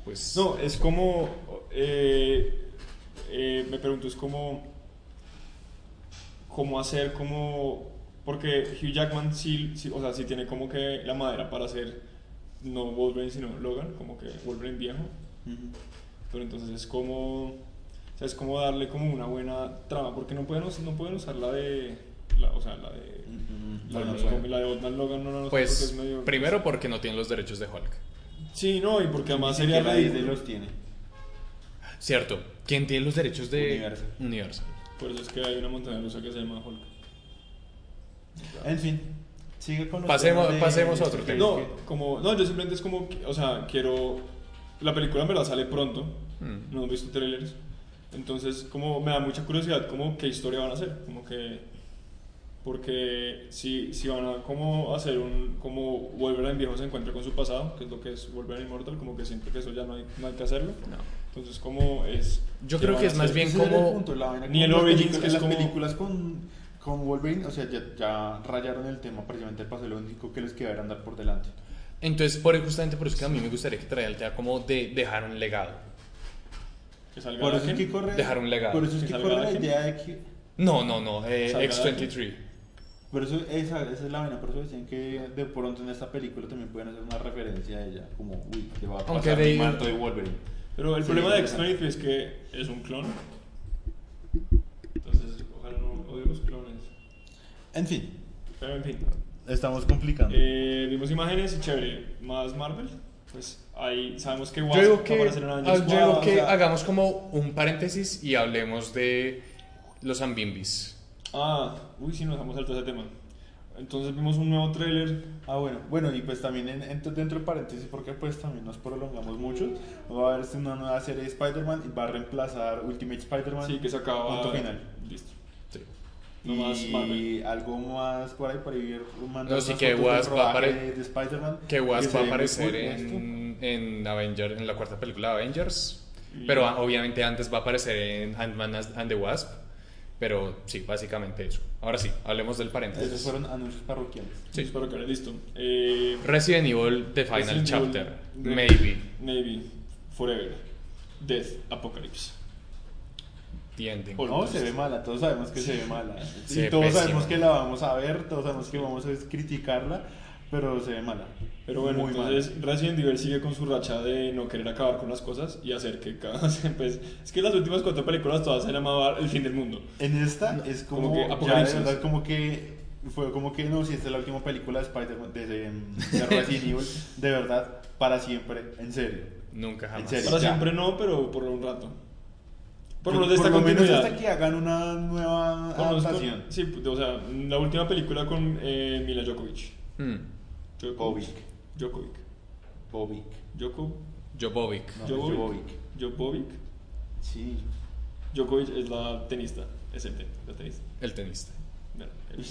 S2: Pues,
S1: No, es como. eh, eh, me pregunto, es como. ¿Cómo hacer como.? Porque Hugh Jackman sí, sí, o sea, sí tiene como que la madera para hacer. No Wolverine, sino Logan, como que Wolverine viejo. Mm, Pero entonces es como. O sea, es como darle como una buena trama. Porque no pueden, us- no pueden usar la de. la- o sea, la de. La,
S3: Bueno, pues,
S1: de-
S3: bueno.
S1: la de Batman Logan no la usan porque
S2: pues
S1: es medio-
S2: primero porque no tienen los derechos de Hulk.
S1: Sí, no, y porque además sería
S3: Que nadie de
S1: ridículo.
S3: los tiene.
S2: Cierto, ¿quién tiene los derechos de
S3: Universal.
S2: Universal.
S1: Por eso es que hay una montaña rusa que se llama Hulk.
S3: En fin, sigue con los
S2: Pasemos-
S3: temas
S2: pasemos a otro tema.
S1: No,
S3: que-
S1: como, no, yo simplemente es como, que- o sea, quiero, la película en verdad sale pronto,
S2: Mm.
S1: no he visto trailers, entonces como me da mucha curiosidad como qué historia van a hacer, como que, porque si, si van a como hacer un, como Wolverine viejo se encuentra con su pasado, que es lo que es Wolverine Immortal, como que siento que eso ya no hay, no hay que hacerlo,
S2: No.
S1: entonces como es...
S2: Yo
S1: ¿qué
S2: creo
S1: van
S2: que
S1: a
S2: es más
S1: hacer?
S2: bien
S3: Ese era
S2: como-
S3: el punto, la vaina
S1: ni
S3: con
S1: el
S3: las
S1: Origins,
S3: películas-
S1: que es
S3: las
S1: como-
S3: películas con, con Wolverine, o sea, ya, ya rayaron el tema precisamente para lo único que les queda era andar por delante.
S2: Entonces, por, justamente por eso que a mí me gustaría que traía el tema como de dejar un legado.
S1: Que salga
S3: Por
S1: la
S3: eso es que
S1: gente.
S3: corre,
S2: Dejar un legado.
S3: Por eso es
S1: Que
S3: que
S1: salga
S3: corre
S1: la
S3: la
S1: gente.
S3: idea de que
S2: No, no, no, eh,
S1: Salga
S2: X23.
S3: Por eso esa, esa es la vaina, por eso decían que de pronto en esta película también pueden hacer una referencia a ella, como, uy, te va a
S2: Aunque
S3: pasar
S2: de-
S3: el manto de Wolverine.
S1: Pero el
S3: Sí,
S1: problema de
S3: o sea.
S1: X-23 es que es un clon, entonces ojalá no odio los clones,
S3: En fin,
S1: pero en fin.
S3: estamos complicando.
S1: Eh, vimos imágenes y chévere. Más Marvel, pues ahí sabemos que Wasp
S2: Yo digo
S1: va
S2: que,
S1: a aparecer en Avengers
S2: ah, yo
S1: Squad,
S2: digo
S1: o
S2: que
S1: sea-
S2: hagamos como un paréntesis y hablemos de los ambimbis.
S1: Ah, uy, sí, nos dejamos saltado ese tema. Entonces vimos un nuevo tráiler.
S3: Ah, bueno, bueno, y pues también en- en- dentro de paréntesis, porque pues también nos prolongamos mucho, va a haber este, una nueva serie de Spider-Man y va a reemplazar Ultimate Spider-Man.
S1: Sí, que se acaba.
S3: Punto final.
S1: Listo.
S2: Sí.
S1: No más
S3: y
S1: Marvel.
S3: algo más por ahí, por ahí mandar
S2: No, sí
S3: unas
S2: que
S3: fotos del
S2: Wasp va a
S3: rodaje
S2: apare-
S3: de Spider-Man.
S2: Que Wasp
S3: se
S2: va a
S3: ve muy
S2: aparecer
S3: cool,
S2: en, en Avenger- en la cuarta película de Avengers.
S1: Y-
S2: Pero ah, obviamente antes va a aparecer en Ant-Man as- and the Wasp. Pero sí, básicamente eso. Ahora sí, hablemos del
S3: ¿no? Esos
S2: paréntesis.
S3: fueron anuncios parroquiales.
S2: Sí.
S1: Espero que ahora listo. Eh,
S2: Resident Evil The Final
S1: Resident
S2: Chapter.
S1: Evil, de-
S2: Maybe.
S1: Maybe. Forever. Death. Apocalypse.
S2: The ending.
S1: Por-
S3: No, se ve mala, todos sabemos que se ve mala.
S2: Se
S3: y
S2: ve
S3: todos
S2: pésimo.
S3: sabemos que la vamos a ver, todos sabemos que vamos a criticarla. Pero se ve mala.
S1: Pero bueno,
S3: Muy
S1: entonces Resident Evil sigue con su racha de no querer acabar con las cosas y hacer que cada pues, es que las últimas cuatro películas todas se llamaban El fin del mundo.
S3: En esta es como,
S1: como que
S3: ya de
S1: apocalipsis.
S3: verdad, como que fue como que no, si esta es la última película de Spider-Man, de, de, de Resident Evil, de verdad, para siempre, en serio.
S2: Nunca jamás.
S3: serio?
S1: Para
S3: Ya.
S1: siempre no, pero por un rato. Por,
S3: Pero
S1: lo de esta
S3: menos
S1: continuidad.
S3: hasta que hagan una nueva
S1: Por lo menos con-
S3: adaptación.
S1: sí, pues, o sea, la última película con eh, Mila Djokovic.
S2: Hmm.
S1: Djokovic.
S3: Bobic.
S1: Djokovic.
S3: Bobic.
S1: Djoko-
S2: Jobovic.
S3: No,
S1: Djokovic.
S3: Djokovic.
S1: Djokovic.
S3: Sí.
S1: Djokovic es la tenista. Es el ten- la tenista.
S2: El tenista.
S1: Bueno, el-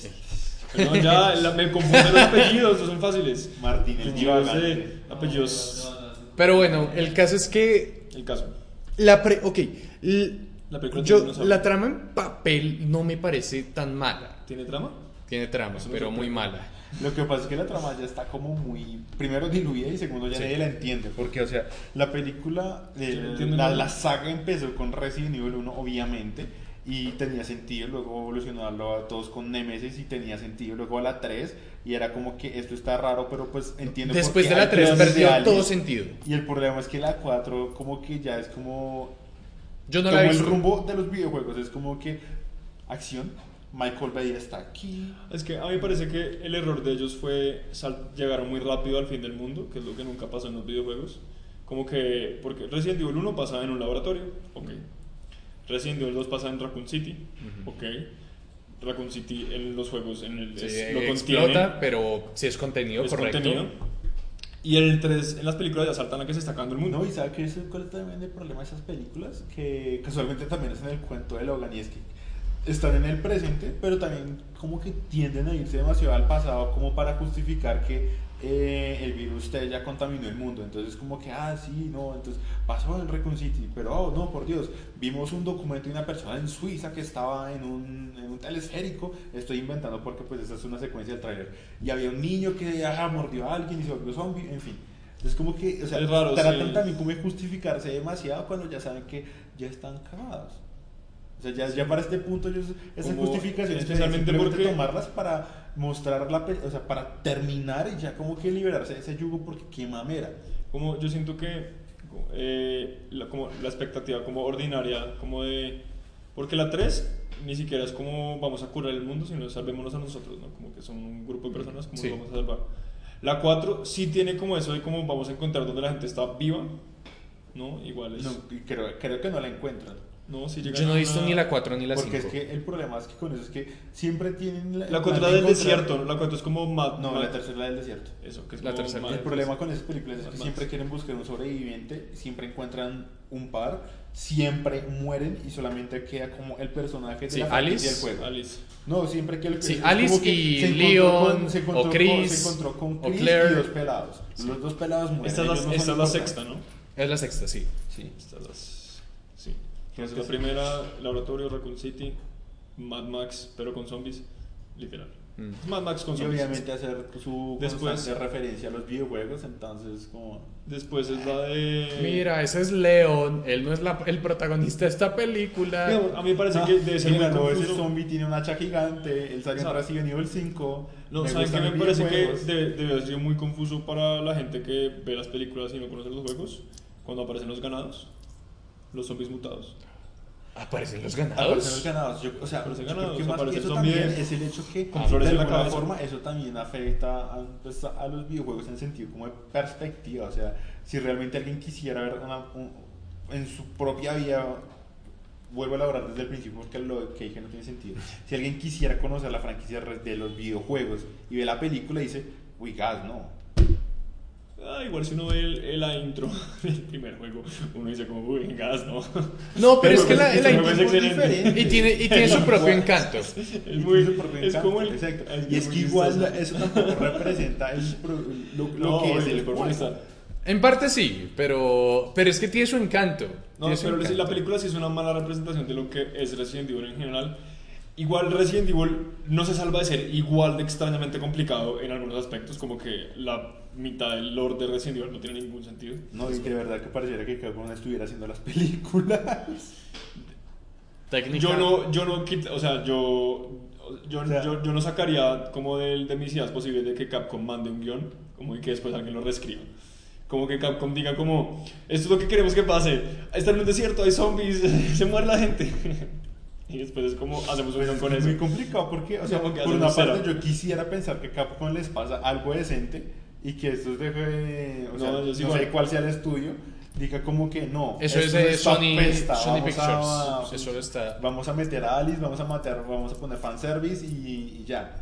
S1: Perdón, ya la- me confunden los apellidos, no son fáciles.
S3: Martínez,
S1: Apellidos,
S3: divagante.
S1: eh, apellidos.
S2: Pero bueno, el caso es que
S1: El caso.
S2: la pre... Ok. l-
S1: La película tiene
S2: yo,
S1: unos-
S2: la trama en papel no me parece tan mala.
S1: ¿Tiene trama?
S2: Tiene trama,
S1: Eso me
S2: pero muy mala.
S3: Lo que pasa es que la trama ya está como muy, primero diluida y segundo ya
S2: Sí.
S3: nadie la entiende, porque o sea, la película, eh,
S1: Yo no entiendo
S3: la,
S1: nada.
S3: la saga empezó con Resident Evil 1 obviamente y tenía sentido, luego evolucionarlo a todos con Nemesis y tenía sentido, luego a la 3 y era como que esto está raro, pero pues entiendo por
S2: Después
S3: qué
S2: de la
S3: hay
S2: 3
S3: clones de
S2: perdió
S3: aliens.
S2: todo sentido.
S3: Y el problema es que la 4 como que ya es como
S2: Yo no
S3: como
S2: la he
S3: el
S2: visto.
S3: rumbo de los videojuegos, es como que acción, Michael Bay está aquí.
S1: Es que a mí me parece que el error de ellos fue sal- llegar muy rápido al fin del mundo, que es lo que nunca pasó en los videojuegos. Como que, porque Resident Evil 1 pasaba en un laboratorio, ok. Resident Evil 2 pasaba en Raccoon City,
S2: Ujú.
S1: ok. Raccoon City en los juegos, en el,
S2: Sí,
S1: es- lo
S2: explota, pero si es contenido
S1: contiene, es
S2: correcto.
S1: contenido. Y el 3, en las películas ya saltan a que se está acabando el mundo.
S3: No, y sabe que es el cual también el problema de esas películas, que casualmente también es en el cuento de Logan, y es que están en el presente, pero también como que tienden a irse demasiado al pasado como para justificar que eh, el virus usted ya contaminó el mundo. Entonces como que, ah, sí, no, entonces pasó en Recon City, pero oh, no, por Dios, vimos un documento de una persona en Suiza que estaba en un, en un telesférico, estoy inventando porque pues esa es una secuencia del tráiler, y había un niño que ah, mordió a alguien y se volvió zombie, en fin. Es como que, o sea,
S1: Es raro,
S3: tratan
S1: sí.
S3: también como de justificarse demasiado cuando ya saben que ya están cagados. O sea, ya, ya para este punto ellos esas
S1: Como-
S3: justificaciones
S1: especialmente
S3: especialmente porque
S1: porque-
S3: tomarlas para mostrar la, pe- o sea, para terminar y ya como que liberarse de ese yugo porque qué mamera.
S1: Como yo siento que eh, la, como la expectativa como ordinaria, como de... Porque la 3 ni siquiera es como vamos a curar el mundo, sino salvémonos a nosotros, ¿no? Como que son un grupo de personas, como
S2: Sí.
S1: nos vamos a salvar. La 4 sí tiene como eso de como vamos a encontrar donde la gente está viva, ¿no? Igual es...
S3: No, y creo, creo que no la encuentran.
S1: No, si llegan
S2: Yo no
S1: a
S2: he visto
S1: una-
S2: ni la 4 ni la 5.
S3: Porque es que el problema es que con eso es que siempre tienen...
S1: La
S3: el
S1: 4
S3: plan de
S1: del
S3: encontrar-
S1: desierto, ¿no? la 4 es como... Mad,
S3: No,
S1: Mad-
S3: la tercera la del desierto.
S1: Eso, que es
S2: La
S1: como
S2: tercera.
S1: Mad-
S3: El problema con esas películas es que
S1: Además.
S3: siempre quieren buscar un sobreviviente, siempre encuentran un par, siempre mueren y solamente queda como el personaje de
S2: Sí,
S3: la
S2: Alice.
S3: franquicia del juego.
S1: Alice.
S3: No, siempre que el
S2: Sí,
S3: es
S2: Alice
S3: como que
S2: y
S3: se encontró
S2: Leon,
S3: con- se
S2: o
S3: encontró con-
S2: Chris,
S3: se encontró con
S2: o
S3: Chris
S2: Claire.
S3: y dos pelados. Los dos pelados mueren.
S1: Esta es la,
S3: ellos no son
S1: esta es la
S3: importantes.
S1: sexta, ¿no?
S2: Es la sexta, sí.
S3: Sí.
S1: Estas las- Sí. Entonces
S3: que
S1: la
S3: sí.
S1: primera, Laboratorio, Raccoon City, Mad Max, pero con zombies, literal.
S2: Mm.
S1: Mad Max con
S3: Y
S1: zombies.
S3: obviamente hacer su
S1: Después-
S3: constante referencia a los videojuegos, entonces como
S1: Después es la de...
S2: Mira, ese es León. Él no es la- el protagonista de esta película.
S1: Digamos, a mí me parece
S3: Ah,
S1: que debe ser
S3: Mira,
S1: muy
S3: no, ese
S1: confuso.
S3: zombie tiene un hacha gigante, él salió en
S1: Sabe.
S3: Resident Evil 5.
S1: No,
S3: me
S1: ¿saben qué
S3: gustan
S1: me
S3: los
S1: parece que
S3: videojuegos.
S1: debe, debe haber sido muy confuso para la gente que ve las películas y no conoce los juegos? Cuando aparecen los ganados, los zombies mutados.
S2: Aparecen los
S3: Aparecen
S2: ganados.
S3: los ganados. Yo- o sea,
S1: Aparecen
S3: yo creo
S1: ganados,
S3: que más que
S1: aparecen
S3: eso también Ah,
S1: zombies
S3: es el hecho que,
S1: con
S3: de
S1: flores en la
S3: alguna
S1: cabeza.
S3: forma, eso también afecta a, pues, a los videojuegos en sentido como de perspectiva. O sea, si realmente alguien quisiera ver una- un- en su propia vida, vuelvo a elaborar desde el principio porque lo que dije no tiene sentido. Si alguien quisiera conocer la franquicia re- de los videojuegos y ve la película y dice, uy, gas, no.
S1: Ah, igual si uno ve el, el- la intro del primer juego, uno dice como, uy, gas, ¿no?
S2: No, pero, es que la,
S1: Pero
S2: la-
S1: es excelente.
S2: y tiene, y tiene su propio encanto.
S1: Es muy...
S3: Incluso porque
S1: Es
S3: encanta,
S1: como el...
S3: exacto.
S1: es
S3: y es
S1: muy
S3: que igual
S1: chistoso.
S3: la- eso tampoco representa el pro- lo, lo
S1: No,
S3: que es
S1: oye,
S3: el
S1: por
S3: juego.
S1: molestar.
S2: En parte sí, pero, pero es que tiene su encanto.
S1: No,
S2: Tiene su
S1: pero
S2: encanto.
S1: la película sí es una mala representación de lo que es Resident Evil en general. Igual Resident Evil no se salva de ser igual de extrañamente complicado en algunos aspectos, como que la mitad del lore de Resident Evil no tiene ningún sentido.
S3: No, y de verdad que pareciera que cada uno estuviera haciendo las películas.
S2: Técnica.
S1: Yo no, yo no, quit- o sea, yo Yo,
S3: O sea-
S1: yo, yo no sacaría como de, de mis ideas posibles de que Capcom mande un guión como y que después alguien lo reescriba. Como que Capcom diga como, esto es lo que queremos que pase. Está en un desierto, hay zombies, se muere la gente. y después es como, hacemos un guión con
S3: es
S1: eso.
S3: muy complicado porque, o sea,
S1: No, porque
S3: por una
S1: hacen un
S3: parte
S1: cero.
S3: yo quisiera pensar que Capcom les pasa algo decente y que estos deje, o
S1: No,
S3: sea,
S1: yo
S3: no
S1: sí igual.
S3: sé cuál sea el estudio, diga como que no.
S2: Eso es
S3: esto
S2: de
S3: esta
S2: Sony,
S3: pesta,
S2: Sony
S3: vamos
S2: Pictures.
S3: a-
S2: Eso está.
S3: Vamos a meter a Alice, vamos a matar, vamos a poner fanservice y, y ya.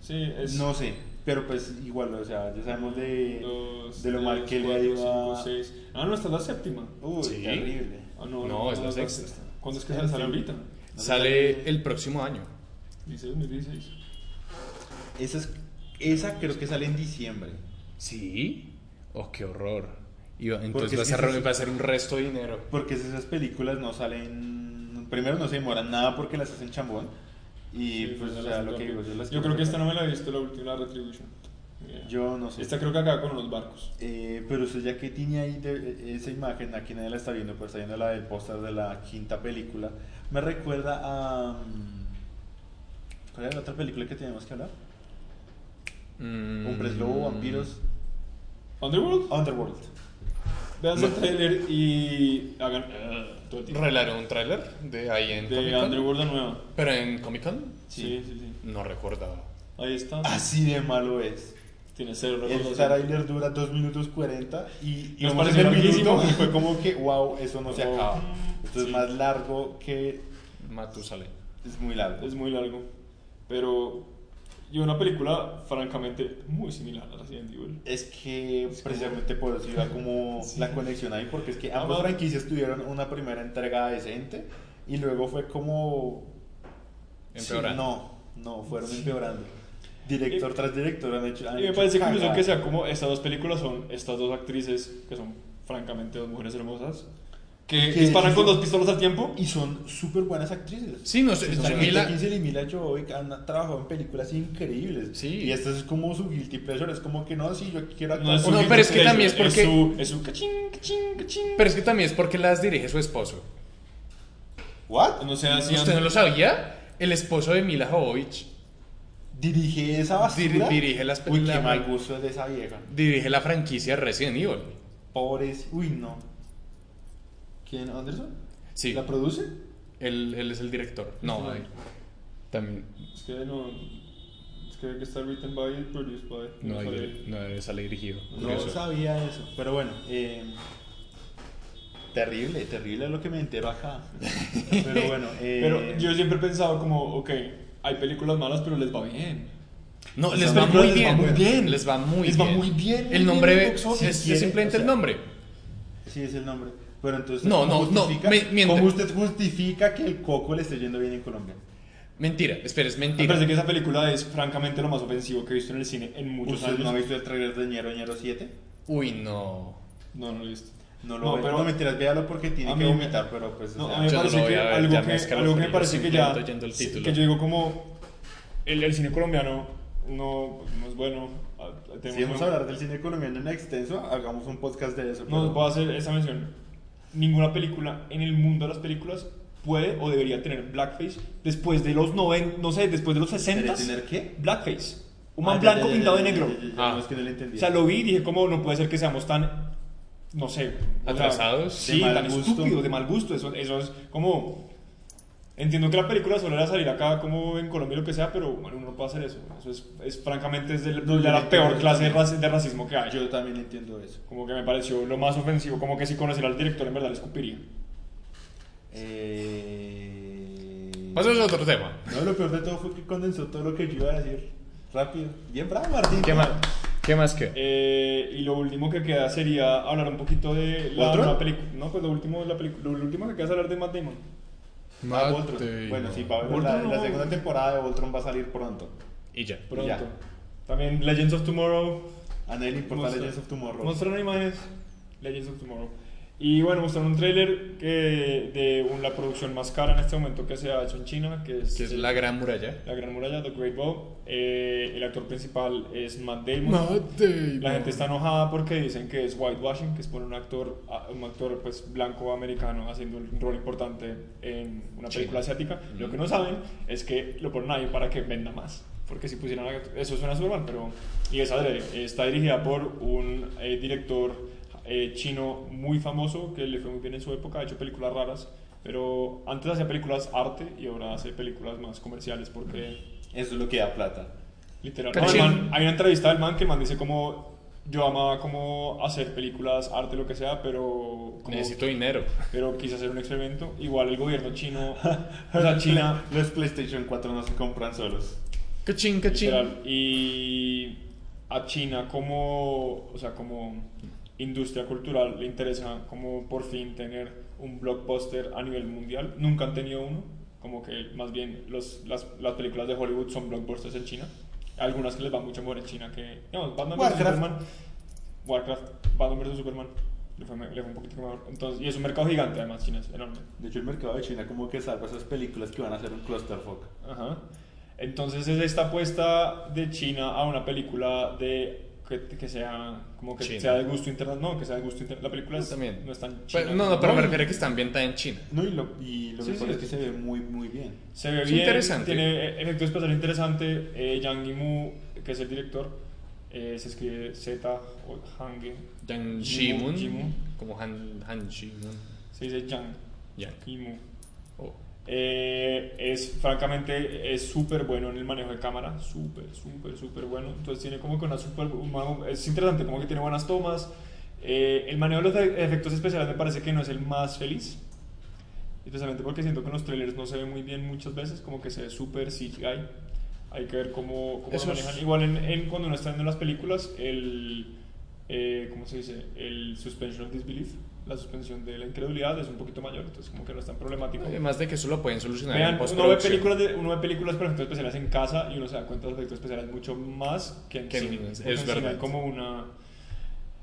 S1: Sí, es...
S3: No sé, pero pues igual, o sea, ya sabemos de,
S1: dos,
S3: de lo mal
S1: tres,
S3: que le ha
S1: cuatro,
S3: ido
S1: cinco,
S3: a...
S1: seis. Ah, no, está la séptima.
S3: Uy,
S2: Sí.
S3: terrible.
S1: Ah,
S2: No, es la sexta.
S1: ¿Cuándo es que sale, sale ahorita?
S2: Sale el próximo año.
S1: Dice 2016.
S3: Esa, es- esa creo que sale en diciembre.
S2: Sí. Oh, qué horror. Y va-
S3: Porque
S2: entonces
S3: es
S2: va a,
S3: que
S2: ser,
S3: sí.
S2: va a ser un resto de dinero.
S3: Porque si esas películas no salen. Primero no se demoran nada porque las hacen chambón. Y
S1: Sí, pues,
S3: pues, o
S1: la
S3: sea,
S1: hacen
S3: lo que
S1: rápido.
S3: digo, yo
S1: Yo
S3: las quiero
S1: creo que
S3: ver.
S1: esta no me la he visto, la última, la Retribution. Yeah.
S3: Yo no sé.
S1: Esta creo que acaba con unos barcos.
S3: Eh, pero usted ya que tiene ahí de- eh, esa imagen, aquí nadie la está viendo, pero está viendo la del póster de la quinta película. Me recuerda a. mm, ¿Cuál era la otra película que teníamos que hablar?
S2: Mm.
S3: Hombres lobo,
S1: Mm.
S3: vampiros.
S1: Underworld,
S3: Underworld.
S1: vean el trailer y hagan ah, todo el tiempo.
S2: Revelaron un tráiler de ahí en Comic
S1: de
S2: Con.
S1: Underworld de nueva.
S2: Pero en Comic Con
S1: Sí, sí, sí.
S2: no recordaba.
S1: Ahí está.
S3: Así de malo Ah, es.
S1: Tiene cero
S3: El
S1: recordación.
S3: trailer dura 2 minutos 40 y, y
S1: Nos
S3: vamos
S1: pareció
S3: en el minuto
S1: larguísimo.
S3: y fue como que, wow, eso no se
S1: Wow.
S3: acaba. Esto
S1: Sí.
S3: es más largo que...
S2: Matusalén.
S3: Es muy largo.
S1: Es muy largo. Pero. Y una película, francamente, muy similar a Resident Evil.
S3: Es que precisamente por eso iba como la conexión ahí, porque es que ambas
S1: Además-
S3: franquicias tuvieron una primera entrega decente y luego fue como... Sí,
S2: Empeorando.
S3: no, no, fueron empeorando. Director
S1: Y-
S3: tras director han hecho... han
S1: Y me
S3: hecho
S1: parece curioso
S3: cagadas.
S1: que sea como estas dos películas son estas dos actrices, que son francamente dos mujeres hermosas, que
S3: Que
S1: disparan
S3: sí
S1: con
S3: son-
S1: dos pistolas al tiempo.
S3: Y son súper buenas actrices.
S2: Sí, no sé.
S3: O sea, Mila
S2: Mila,
S3: Kinsey y Mila Jovovich han trabajado en películas increíbles.
S2: Sí.
S3: Y este es como su guilty pleasure. Es como que no, sí, yo quiero actuar.
S1: No, es
S3: con-
S1: su
S2: No, pero es que
S1: guilty
S2: también es
S1: pleasure,
S2: porque-
S1: Es su, es su cachín, cachín, cachín.
S2: pero es que también es porque las dirige su esposo.
S3: ¿What?
S1: No sé, así
S2: ¿Usted no lo sabía? El esposo de Mila Jovovich
S3: Dirige esa
S2: dir-
S3: basura.
S2: dirige, las,
S3: Uy, qué
S2: la-
S3: mal gusto es de esa vieja.
S2: dirige la franquicia Resident Evil.
S3: Pobres. Uy, no. ¿Quién? ¿Anderson?
S2: Sí,
S3: ¿La produce?
S2: él, él es el director. No,
S1: Sí.
S2: eh, también.
S1: Es que no. Es que hay que estar written by y produced by.
S2: No,
S1: sé.
S2: hay- no sale dirigido.
S3: No
S2: curioso.
S3: sabía eso. Pero bueno, eh, terrible, terrible lo que me entero acá. Pero bueno, eh,
S1: Pero yo siempre he pensado como, ok, hay películas malas, pero les va bien.
S2: No,
S3: Las
S2: les va, muy
S3: películas les va
S2: bien.
S3: muy bien.
S2: Les va muy
S3: Les va
S2: bien.
S3: muy bien, muy
S2: El nombre
S3: bien,
S2: es-
S3: Box Office,
S2: es,
S3: si quiere,
S2: simplemente
S3: o
S2: el
S3: sea.
S2: nombre.
S3: Sí, es el nombre. Pero entonces,
S2: No,
S3: ¿cómo
S2: no, no,
S3: justifica-
S2: me- miente.
S3: ¿Cómo usted justifica que el coco le esté yendo bien en Colombia?
S2: Mentira, espera, es
S1: Me
S2: mentira.
S1: parece que esa película es francamente lo más ofensivo que he visto en el cine en muchos
S3: ¿Usted
S1: años.
S3: no ha visto el trailer de Ñero Ñero 7?
S2: Uy, no.
S1: No, no lo he visto.
S3: No lo
S1: No,
S3: veo.
S1: pero-
S3: no mentiras, véalo porque tiene
S1: A
S3: que
S1: mí me-
S3: vomitar, pero pues. o
S1: No,
S3: sea,
S1: a mí me
S2: yo no lo
S1: parece
S2: voy
S1: que
S2: a ver,
S1: algo
S2: ya
S1: que, algo
S2: me
S1: que me
S2: escalofríos
S1: parece que ya.
S2: simplemente oyendo el título.
S1: Que yo digo como. El, el cine colombiano no, no es bueno. Ah, tenemos
S3: si vamos
S1: un-
S3: a hablar del cine colombiano en extenso, hagamos un podcast de eso.
S1: No
S3: pero-
S1: puedo hacer esa mención. Ninguna película en el mundo de las películas puede o debería tener blackface después de los 90, no sé, después de los 60.
S3: ¿Debería tener qué?
S1: Blackface. Un
S3: Ah,
S1: man
S3: ya,
S1: blanco
S3: ya, ya,
S1: pintado
S3: ya,
S1: de
S3: ya,
S1: negro.
S3: ya, ya, ya,
S2: Ah.
S3: no, es que no lo entendí.
S1: O sea, lo vi y dije, como no puede ser que seamos tan, no sé, o sea,
S2: Atrasados,
S1: sí,
S3: de mal
S1: tan
S3: gusto.
S1: estúpidos, de mal gusto. Eso, eso es como. Entiendo que la película solo era salir acá, como en Colombia, lo que sea, pero bueno, uno no puede hacer eso. Eso es, es francamente, es del-
S3: No,
S1: de
S3: yo
S1: la
S3: entiendo,
S1: peor
S3: yo
S1: clase de,
S3: también.
S1: raci- de racismo que hay.
S3: Yo también entiendo eso.
S1: Como que me pareció lo más ofensivo, como que si conociera al director, en verdad le escupiría.
S3: Eh...
S2: Pasemos a otro tema.
S3: No, lo peor de todo fue que condensó todo lo que yo iba a decir. Rápido. Bien, bravo, Martín.
S2: ¿Qué más? ¿Qué más que?
S1: Eh, y lo último que queda sería hablar un poquito de la,
S3: ¿Otro?
S1: película. No, pues lo último, de la película, lo, lo último que queda es hablar de Matt Damon.
S3: Ah, Voltron. Bueno, sí, va a haber la,
S1: Voltron.
S3: la segunda temporada de Voltron va a salir pronto.
S2: Y ya.
S1: Pronto.
S3: Ya.
S1: También Legends of Tomorrow.
S3: A nadie le importa
S1: Monster-
S3: Legends of Tomorrow.
S1: Mostraron imágenes. Legends of Tomorrow. Y bueno, mostraron un tráiler que- de un- la producción más cara en este momento que se ha hecho en China, que es,
S2: Que es la gran muralla.
S1: La Gran Muralla, The Great Wall. Eh, el actor principal es Matt Damon. La gente está enojada porque dicen que es whitewashing, que es poner un actor, a- un actor pues, blanco americano haciendo un rol importante en una película asiática. Lo que no saben es que lo ponen ahí para que venda más. Porque si pusieran, a- eso suena súper mal, pero... Y es adrede. Está dirigida por un eh, director eh, chino muy famoso que le fue muy bien en su época, ha hecho películas raras. Pero antes hacía películas arte y ahora hace películas más comerciales porque...
S3: Eso es lo que da plata.
S1: Literal.
S2: Pero
S1: No, el
S2: sí.
S1: man- hay una entrevista del man que el man dice como yo amaba como hacer películas, arte, lo que sea, pero como-
S2: Necesito dinero.
S1: pero quise hacer un experimento. Igual el gobierno chino, o sea, China,
S3: Los PlayStation 4 no se compran solos.
S2: Cachín, cachín.
S1: literal, y a China como, o sea, como industria cultural le interesa como por fin tener un blockbuster a nivel mundial. Nunca han tenido uno, como que más bien los, las, las películas de Hollywood son blockbusters en China. Algunas que les va mucho mejor en China que... No, Batman vs.
S3: Warcraft.
S1: Superman. Warcraft, Batman vs. Superman. Le fue, me- le fue un poquito mejor. Entonces, y es un mercado gigante además, China es enorme.
S3: De hecho, el mercado de China como que salva esas películas que van a hacer un clusterfuck.
S1: Ajá. Entonces es esta apuesta de China a una película de que, que sea como que
S2: China.
S1: sea de gusto internacional, no, que sea de gusto internacional. La película es-
S2: También.
S1: no es tan china.
S2: Pero- Pues, no, no, pero
S3: No,
S2: me
S3: y-
S2: refiero a que está ambientada en China.
S3: No, y lo, y lo
S1: Sí,
S3: mejor
S1: sí.
S3: es que se ve muy, muy bien.
S1: Se ve
S2: Es
S1: bien,
S2: interesante.
S1: tiene efecto especial interesante. Eh, Yang Yimou, que es el director, eh, se escribe Z o Hang. Jimu,
S2: Yang Shimun.
S1: Jimu.
S2: Como Han, Han Shimun.
S1: Se dice Yang
S2: Yang.
S1: Yimou.
S2: Oh.
S1: Eh, es francamente es súper bueno en el manejo de cámara, súper, súper, súper bueno. Entonces tiene como que una súper, una- es interesante, como que tiene buenas tomas. Eh, el manejo de los e- efectos especiales me parece que no es el más feliz, especialmente porque siento que en los trailers no se ve muy bien muchas veces, como que se ve súper CGI. Hay que ver cómo, cómo lo
S2: Eso es-
S1: manejan. Igual en, en cuando uno está viendo las películas, el, eh, ¿cómo se dice? El suspension of disbelief, la suspensión de la incredulidad es un poquito mayor, entonces como que no es tan problemático.
S2: pues, Además de que eso lo pueden solucionar en
S1: Vean, uno ve,
S2: postproducción.
S1: películas de, uno ve películas con efectos especiales en casa y uno se da cuenta de los efectos especiales mucho más que en
S2: Que en-
S1: cine.
S2: es
S1: porque en cine
S2: verdad.
S1: hay como una...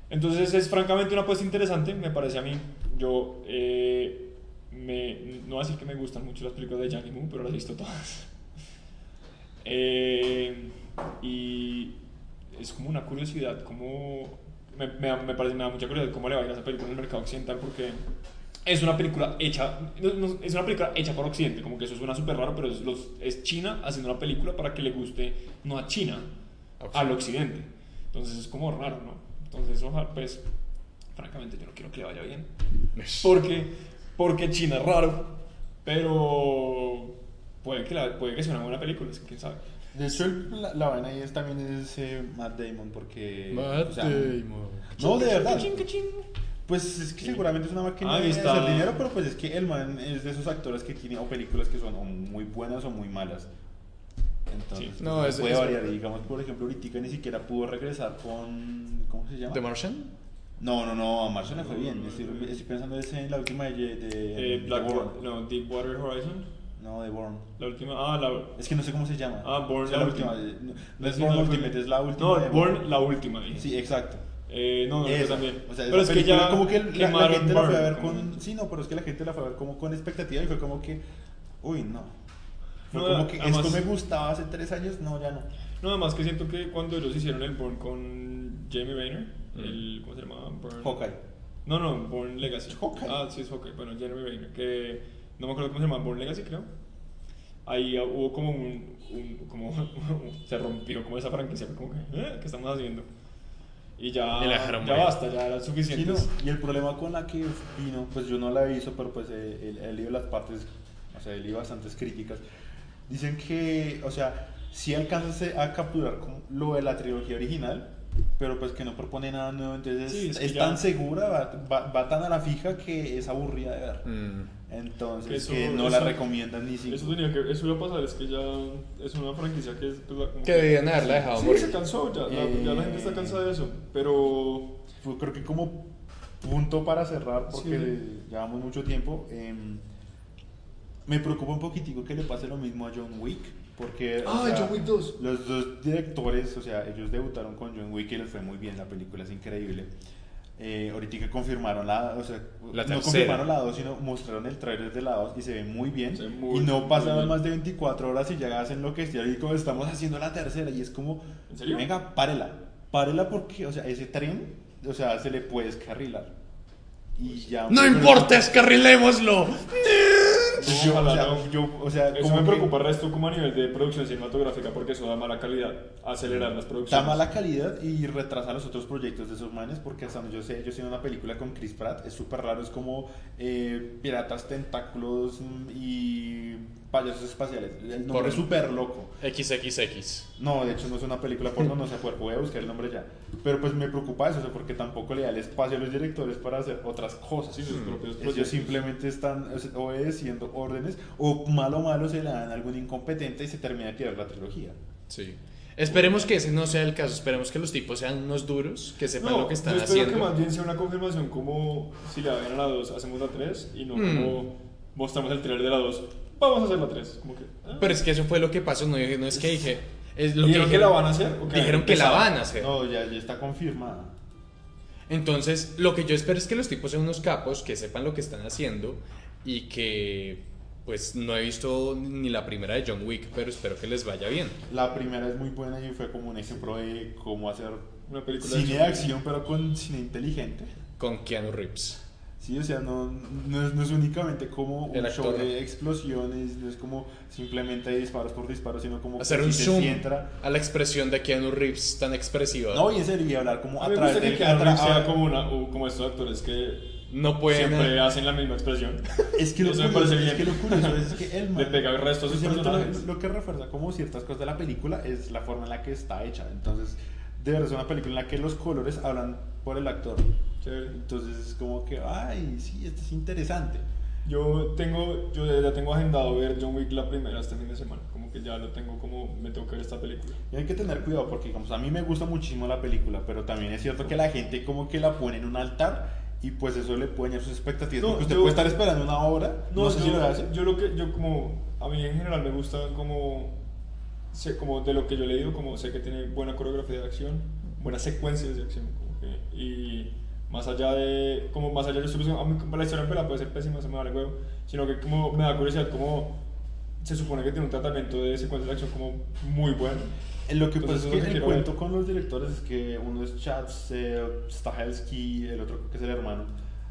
S1: Entonces es francamente una apuesta interesante, me parece a mí. Yo eh, me, no voy a decir que me gustan mucho las películas de Jackie Moon, pero las he visto todas. Eh, y es como una curiosidad, como me, me, da- me parece, me da mucha curiosidad cómo le va a ir a esa película en el mercado occidental porque es una película hecha, no- no- es una película hecha por Occidente, como que eso suena súper raro, pero es, los, es China haciendo una película para que le guste no a China,
S3: Ah,
S2: Occidente.
S1: al Occidente. Entonces es como raro, ¿no? Entonces, ojalá, pues, francamente yo no quiero que le vaya bien. Porque, porque China es raro, pero puede que, la- puede que sea una buena película, es que quién sabe.
S3: De hecho, el- la, la vaina ahí es, también es eh, Matt Damon, porque... o sea, No,
S1: No,
S3: de verdad. Pues es que seguramente es una máquina
S1: Ahí
S3: de
S1: está.
S3: hacer dinero, pero pues es que el man es de esos actores que tiene o películas que son o muy buenas o muy malas. Entonces,
S1: Sí.
S3: pues,
S2: No, es-
S3: puede
S2: es-
S3: variar. Y Digamos, por ejemplo, ahorita ni siquiera pudo regresar con. ¿Cómo se llama?
S2: ¿The Martian?
S3: no, no, no, a Marshall le fue bien. Estoy, estoy pensando es en la última de. de
S1: Eh,
S3: de
S1: Black
S3: Bourne.
S1: no, Deep Water Horizon.
S3: No, de Bourne.
S1: La última. Ah, la.
S3: Es que no sé cómo se llama.
S1: Ah, Bourne,
S3: Es la
S1: la
S3: última.
S1: última.
S3: No, no es Bourne Ultimate, es la última. de
S1: No, Born, la última. dije.
S3: Sí, exacto.
S1: Eh, no, no, yo
S3: Esa,
S1: también.
S3: o sea,
S1: pero
S3: esa
S1: es que ya.
S3: película, como que la- la,
S1: quemaron
S3: gente la fue a
S1: Burn,
S3: ver
S1: como-
S3: con sí, no, pero es que la gente la fue a ver como con expectativa y fue como que uy, no. Fue
S1: No,
S3: como que
S1: además-
S3: esto me gustaba hace tres años, no, ya no.
S1: No, además que siento que cuando ellos hicieron el Born con Jamie Rayner, el. ¿Cómo se llamaba? Born.
S3: Mm. Hawkeye.
S1: No, no, Born Legacy.
S3: Hawkeye.
S1: Ah, sí, es Hawkeye. Bueno, Jeremy Rayner, que no me acuerdo cómo se llama, Born Legacy, creo. Ahí ah, hubo como un, un- como se rompió como esa franquicia, fue como que, "Eh, ¿qué estamos haciendo? Y ya,
S2: Y la
S1: ya
S2: dejaron morir.
S1: basta, ya era
S3: Sí,
S1: suficiente.
S3: no. Y el problema con la que vino, pues yo no la hizo, pero pues eh, él, él dio las partes, o sea, él dio bastantes críticas. Dicen que, o sea, sí alcanza a capturar como lo de la trilogía original, pero pues que no propone nada nuevo, entonces
S1: Sí, es
S3: es,
S1: que ya-
S3: tan segura, va, va- va tan a la fija que es aburrida de ver. Entonces,
S1: Eso-
S3: que no la
S1: eso-
S3: recomiendan ni
S1: Eso
S3: siquiera.
S1: tenía que, eso iba a pasar, es que ya es una franquicia que es pues, la- como
S2: Que debían haberla dejado
S1: Sí,
S2: morir.
S1: se cansó ya, la-
S3: Eh.
S1: ya la gente está cansada de eso, pero
S3: Yo pues, Creo que como punto para cerrar,
S1: Sí.
S3: porque llevamos mucho tiempo, em, me preocupa un poquitico que le pase lo mismo a John Wick, porque o
S1: Ah,
S3: sea, los dos directores, o sea, ellos debutaron con John Wick y les fue muy bien, la película es increíble. Eh, ahorita que confirmaron la, o sea,
S2: La
S3: no
S2: tercera.
S3: confirmaron la 2, sino mostraron el trailer de la 2 y se ve muy bien.
S1: Se ve muy,
S3: y no
S1: muy
S3: pasaron
S1: bien.
S3: más de 24 horas y ya hacen lo que estén. Y como estamos haciendo la tercera, y es como,
S1: ¿En serio?
S3: venga, párela. Párela porque, o sea, ese tren, o sea, se le puede descarrilar. Y ya.
S2: ¡No importa, escarrilémoslo!
S1: No,
S3: Yo, o
S1: ojalá
S3: sea,
S1: no.
S3: yo, o sea,
S1: Eso
S3: como
S1: me
S3: que
S1: preocupa el resto como a nivel de producción cinematográfica porque eso da mala calidad, acelerar las
S3: Está
S1: producciones.
S3: mala calidad y retrasa los otros proyectos de esos manes porque hasta donde yo sé, yo sé una película con Chris Pratt, es súper raro, es como eh, piratas, tentáculos mm, y payasos espaciales. El nombre
S2: Porno.
S3: es súper loco.
S2: XXX.
S3: No, de hecho no es una película porno, no sé por voy a buscar el nombre ya. Pero pues me preocupa eso, o sea, porque tampoco le da el espacio a los directores para hacer otras cosas.
S1: Sí, sus propios
S3: Ellos
S1: proyectos.
S3: simplemente están o sea, obedeciendo órdenes o malo malo se le dan a algún incompetente y se termina de tirar la trilogía.
S2: Sí. Esperemos que ese no sea el caso. Esperemos que los tipos sean unos duros, que sepan
S1: No,
S2: lo que están
S1: yo espero
S2: haciendo.
S1: que más bien sea una confirmación como si la ven a la 2, hacemos la 3 y no
S2: Mm.
S1: como mostramos el trailer de la 2, vamos a hacer la 3. Como que, ah.
S2: Pero es que eso fue lo que pasó. No, no es que dije. Es lo que
S1: ¿Dijeron que la
S2: dijeron.
S1: van a hacer? ¿O
S2: Dijeron que la
S1: empezaron?
S2: van a hacer.
S3: Ah, No, ya, ya está confirmada.
S2: Entonces, lo que yo espero es que los tipos sean unos capos, que sepan lo que están haciendo y que, pues, no he visto ni la primera de John Wick, pero espero que les vaya bien.
S3: La primera es muy buena y fue como un ejemplo de cómo hacer
S1: Una película
S3: cine de
S1: hecha-
S3: acción, pero con cine inteligente.
S2: Con Keanu Reeves.
S3: Sí, o sea, no, no, es, no es únicamente como un
S2: El
S3: show
S2: actor.
S3: de explosiones, no es como simplemente disparos por disparos, sino como
S2: Hacer
S3: que
S2: un
S3: si te
S2: zoom
S3: sientra-
S2: a la expresión de Keanu Reeves tan expresiva.
S3: No, y en serio, y hablar como
S1: A
S3: a
S1: mí me
S3: través
S1: gusta que
S3: del- ah,
S1: Keanu Reeves
S3: a-
S1: sea como, una, o como estos actores que
S2: No pueden.
S1: siempre hacen la misma expresión.
S3: Es que lo
S1: Eso me
S3: curioso,
S1: parece
S3: es que
S1: bien.
S3: lo curioso es que él,
S1: Le pega el resto a sus
S3: lo,
S1: personajes.
S3: lo que refuerza como ciertas cosas de la película es la forma en la que está hecha. Entonces, de verdad es una película en la que los colores hablan por el actor.
S1: Chévere.
S3: Entonces es como que, ay, sí, esto es interesante.
S1: Yo tengo, yo ya tengo agendado ver John Wick la primera este fin de semana. Como que ya lo tengo como, me tengo que ver esta película.
S3: Y hay que tener cuidado porque, digamos, a mí me gusta muchísimo la película, pero también es cierto que la gente como que la pone en un altar y pues eso le puede dañar sus expectativas.
S1: No,
S3: porque usted
S1: yo-
S3: puede estar esperando una hora, no,
S1: No,
S3: sé
S1: yo,
S3: si lo hace.
S1: yo lo que, yo como, a mí en general me gusta como, sé, como de lo que yo he leído, como sé que tiene buena coreografía de acción, buenas secuencias de acción, como que- y más allá de, como más allá de la solución, a mí como la historia en pela puede ser pésima, se me vale huevo, sino que como me da curiosidad como se supone que tiene un tratamiento de secuencias de acción como muy bueno.
S3: Eh, Lo que
S1: Entonces, eso
S3: pasa
S1: es
S3: es
S1: lo que
S3: que el
S1: quiero
S3: cuento
S1: ver.
S3: con los directores es que uno es Chad eh, Stahelski, el otro creo que es el hermano.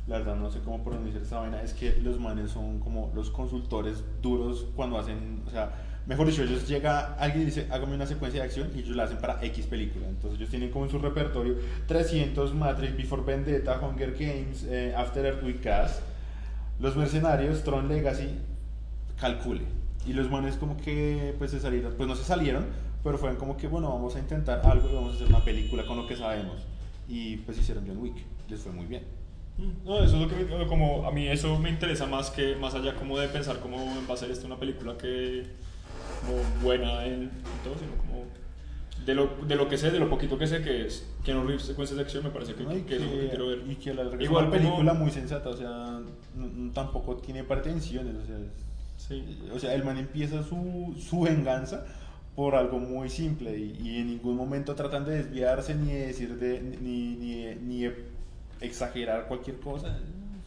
S3: La verdad no sé cómo pronunciar esta vaina. Es que los manes son como los consultores duros cuando hacen, o sea, mejor dicho, ellos llega alguien y dice, hágame una secuencia de acción y ellos la hacen para X película. Entonces ellos tienen como en su repertorio 300, Matrix, Before Vendetta, Hunger Games, eh, After Earth with Gas, Los Mercenarios, Tron Legacy, calcule. Y los manes como que pues se salieron, pues no se salieron, pero fueron como que bueno, vamos a intentar algo y vamos a hacer una película con lo que sabemos. Y pues hicieron John Wick, les fue muy bien.
S1: Mm, No, eso es lo que me- lo- como a mí eso me interesa más que más allá como de pensar cómo va a ser esta una película que como buena en, en todo, sino como de lo, de lo que sé, de lo poquito que sé que es Keanu Reeves secuencias de acción me parece que,
S3: ¿no? Y
S1: que es lo que quiero ver.
S3: y que a la larga es
S1: Igual
S3: una
S1: como-
S3: película muy sensata, o sea, no- no- tampoco tiene pretensiones, o sea, es-
S1: Sí.
S3: o sea, el man empieza su, su venganza por algo muy simple y, y en ningún momento tratan de desviarse ni de decir de, ni, ni, ni de exagerar cualquier cosa.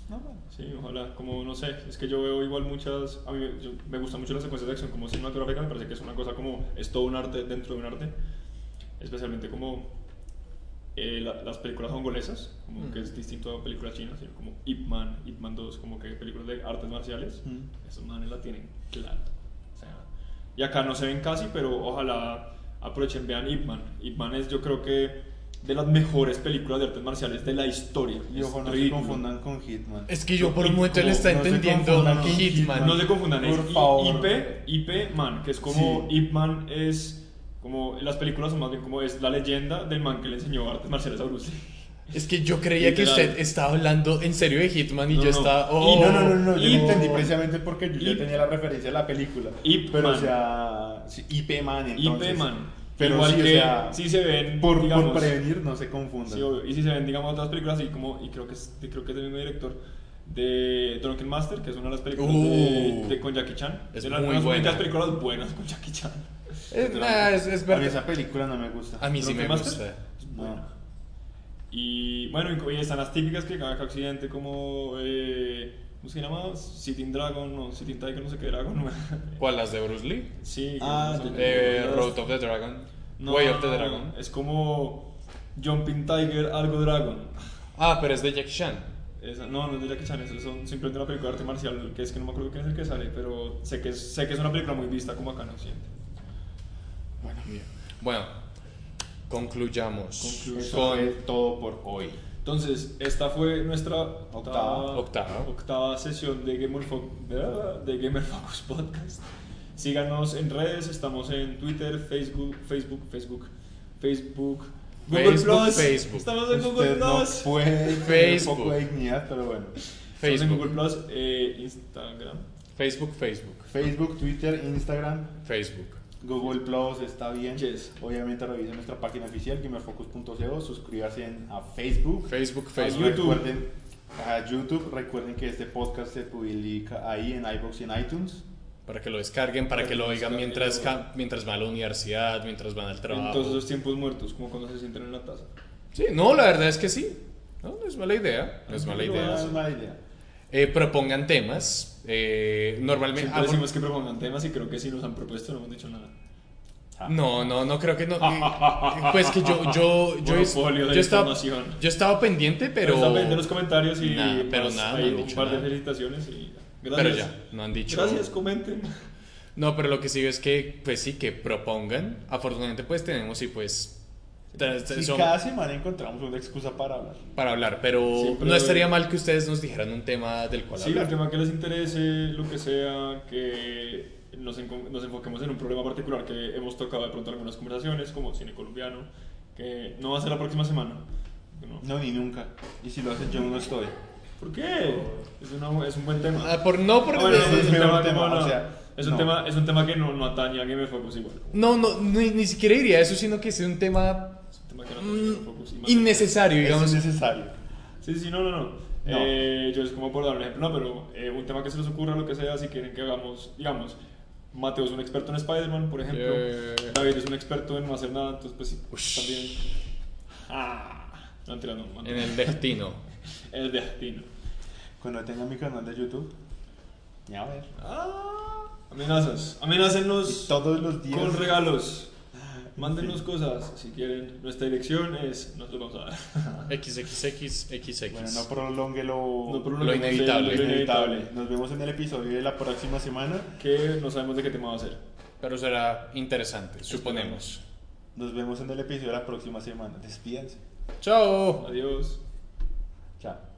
S3: No,
S1: Sí, ojalá, como no sé, es que yo veo igual muchas, a mí me- yo- me gustan mucho las secuencias de acción como cinematográfica, me parece que es una cosa como, es todo un arte dentro de un arte, especialmente como eh, la- las películas hongolesas, como
S2: Mm.
S1: que es distinto a películas chinas, sino como Ip Man, Ip Man 2, como que películas de artes marciales,
S3: Mm.
S1: esos manes la tienen clara. O sea, y acá no se ven casi, pero ojalá aprovechen, vean Ip Man. Ip Man es yo creo que de las mejores películas de artes marciales de la historia.
S3: Y
S1: Es
S3: ojo, no
S1: ridículo.
S3: se confundan con Hitman.
S2: Es que yo por un momento le está
S3: No se
S2: entendiendo
S3: confundan con
S2: Hitman.
S3: Hitman.
S1: Ah, No se confundan, es
S3: Por
S1: I-
S3: favor.
S1: IP, IP Man, que es como
S3: Sí.
S1: Ip Man es como las películas son más bien como es la leyenda del man que le enseñó artes marciales a Bruce. Lee.
S2: Es que yo creía que
S1: Literal.
S2: usted estaba hablando en serio de Hitman y
S1: No,
S2: yo
S1: no.
S2: estaba.
S1: Y
S2: oh,
S3: no, no, no, no, yo
S1: Y-
S3: lo entendí precisamente porque yo
S1: y-
S3: ya tenía la referencia de la película.
S1: Y-
S3: pero,
S1: man.
S3: o sea, sí, IP Man, entonces.
S1: IP Man.
S3: Pero
S1: Igual
S3: sí, o
S1: que
S3: sea,
S1: si se ven
S3: por, por
S1: digamos,
S3: prevenir, no se confundan.
S1: Sí, obvio. Y si se ven, digamos, otras películas así como, y creo que es, creo que es el mismo director de Drunken Master, que es una de las películas de,
S2: Uh.
S1: de- con Jackie Chan.
S2: Es
S1: de las,
S2: muy
S1: unas
S2: buena.
S1: únicas películas buenas con Jackie Chan.
S2: Es, Eh, nah, es- es
S3: A mí
S2: verdad.
S3: esa película no me gusta.
S2: A mí sí me
S1: ¿Drunken
S2: gusta.
S1: Master?
S3: No.
S1: Y Y bueno, y están las típicas que cada accidente, como. Eh, ¿Cómo se llama? Sitting Dragon, no, Sitting Tiger, no sé qué Dragon.
S2: ¿Cuál? ¿Las de Bruce Lee?
S1: sí,
S3: Ah,
S1: son-
S2: Eh,
S1: las-
S2: Road of the Dragon.
S1: no, Eh.
S2: Way of the
S1: no, no,
S2: Dragon.
S1: Es como Jumping Tiger, algo Dragon.
S2: Ah, pero es de Jackie Chan.
S1: Esa- no, no es de Jackie Chan, eso son simplemente una película de arte marcial, que es que no me acuerdo quién es el que sale, pero sé que es, sé que es una película muy vista como acá en Occidente.
S2: Bueno, concluyamos.
S1: Conclu-
S3: Eso fue todo por hoy.
S1: Entonces, esta fue nuestra
S3: Octava.
S2: Octava.
S1: octava sesión de Gamer, Fo- de Gamer Focus Podcast. Síganos en redes, estamos en Twitter, Facebook, Facebook, Facebook, Facebook, Google
S2: Facebook,
S1: Plus.
S2: Facebook.
S1: Estamos en Google
S3: Usted no
S1: Plus.
S3: puede tener un
S2: Facebook.
S3: poco de dignidad, pero bueno.
S1: Estamos en Google
S2: Facebook.
S1: Plus, eh, Instagram.
S2: Facebook, Facebook,
S3: Facebook, Twitter, Instagram,
S2: Facebook.
S3: Google Plus está bien.
S1: Yes.
S3: Obviamente revisen nuestra página oficial, gamerfocus.co, suscríbanse en- a Facebook.
S2: Facebook,
S3: A
S2: Facebook.
S1: YouTube.
S3: Recuerden, a YouTube, recuerden que este podcast se publica ahí en iBox y en iTunes.
S2: Para que lo descarguen, para que lo oigan
S1: Descarguen,
S2: mientras,
S1: lo-
S2: ca- mientras van a la universidad, mientras van al
S1: En
S2: trabajo.
S1: todos los tiempos muertos, como cuando se sienten en la taza.
S2: Sí, no, la verdad es que sí. No, no es mala idea. No es mala
S3: No
S2: idea.
S3: es mala idea.
S2: Eh, propongan temas. eh, normalmente.
S1: Siempre
S2: ah,
S1: decimos que propongan temas y creo que si nos han propuesto no hemos dicho nada.
S3: Ah.
S2: No, no, no creo que no. eh, Pues que yo, yo, yo,
S1: Monopolio de
S2: yo estaba,
S1: información.
S2: yo estaba pendiente, pero.
S1: Está pendiente en los comentarios y
S2: Nah, pero
S1: más,
S2: nada, no
S1: hay
S2: han
S1: un
S2: dicho
S1: par de
S2: nada.
S1: felicitaciones y gracias.
S2: Pero ya, no han dicho.
S1: Gracias, comenten.
S2: No, pero lo que sí veo es que, pues sí, que propongan. Afortunadamente, pues tenemos y pues. tra-
S3: Sí,
S2: son-
S3: cada semana encontramos una excusa para hablar.
S2: para hablar, pero
S1: Siempre-
S2: no estaría mal que ustedes nos dijeran un tema del cual
S1: eh, Sí, el
S2: hablar.
S1: tema que les interese, lo que sea, que nos, enco- nos enfoquemos en un problema particular que hemos tocado de pronto en algunas conversaciones, como cine colombiano, que no va a ser la próxima semana. ¿no?
S3: No, ni nunca. Y si lo hacen, yo no estoy.
S1: ¿Por qué? Es, una- es un buen tema.
S2: Ah, por, no porque
S1: Ah, bueno,
S3: ese
S1: es
S3: es
S1: un
S3: mi
S1: tema,
S3: tema,
S1: no, no,
S3: o sea,
S1: es un
S3: no.
S1: tema- es un tema que no, no atañe a Game Focus igual. como
S2: No, no, ni, ni siquiera diría eso, sino que es un tema
S1: Es un tema que no atañe a Game Focus y
S2: mm,
S1: más-
S2: innecesario, digamos.
S3: Es necesario.
S1: Sí, sí, no, no, no. Eh, yo es como por dar un ejemplo, no, pero eh, un tema que se les ocurra, lo que sea, si quieren que hagamos, digamos, Mateo es un experto en Spider-Man, por ejemplo.
S2: Yeah.
S1: David es un experto en no hacer nada, entonces pues sí,
S2: Ush.
S1: también. Ah, no, mentira, no.
S2: En
S1: mentira.
S2: el destino.
S1: El destino.
S3: Cuando tenga mi canal de YouTube, ya a ver.
S1: Ah, amenazas. Amenácennos
S3: Y todos los días.
S1: con regalos. Mándenos cosas si quieren. Nuestra dirección es. No se lo vamos a dar.
S2: XXX,
S3: Bueno, no
S2: XX.
S3: prolongue lo,
S1: No prolonguemos el-
S2: inevitable.
S1: Lo
S3: lo
S1: inevitable.
S3: inevitable. Nos vemos en el episodio de la próxima semana.
S1: Que no sabemos de qué tema va a ser.
S2: Pero será interesante, suponemos.
S3: Nos vemos en el episodio de la próxima semana. Despídanse.
S2: Chao.
S1: Adiós.
S3: Chao.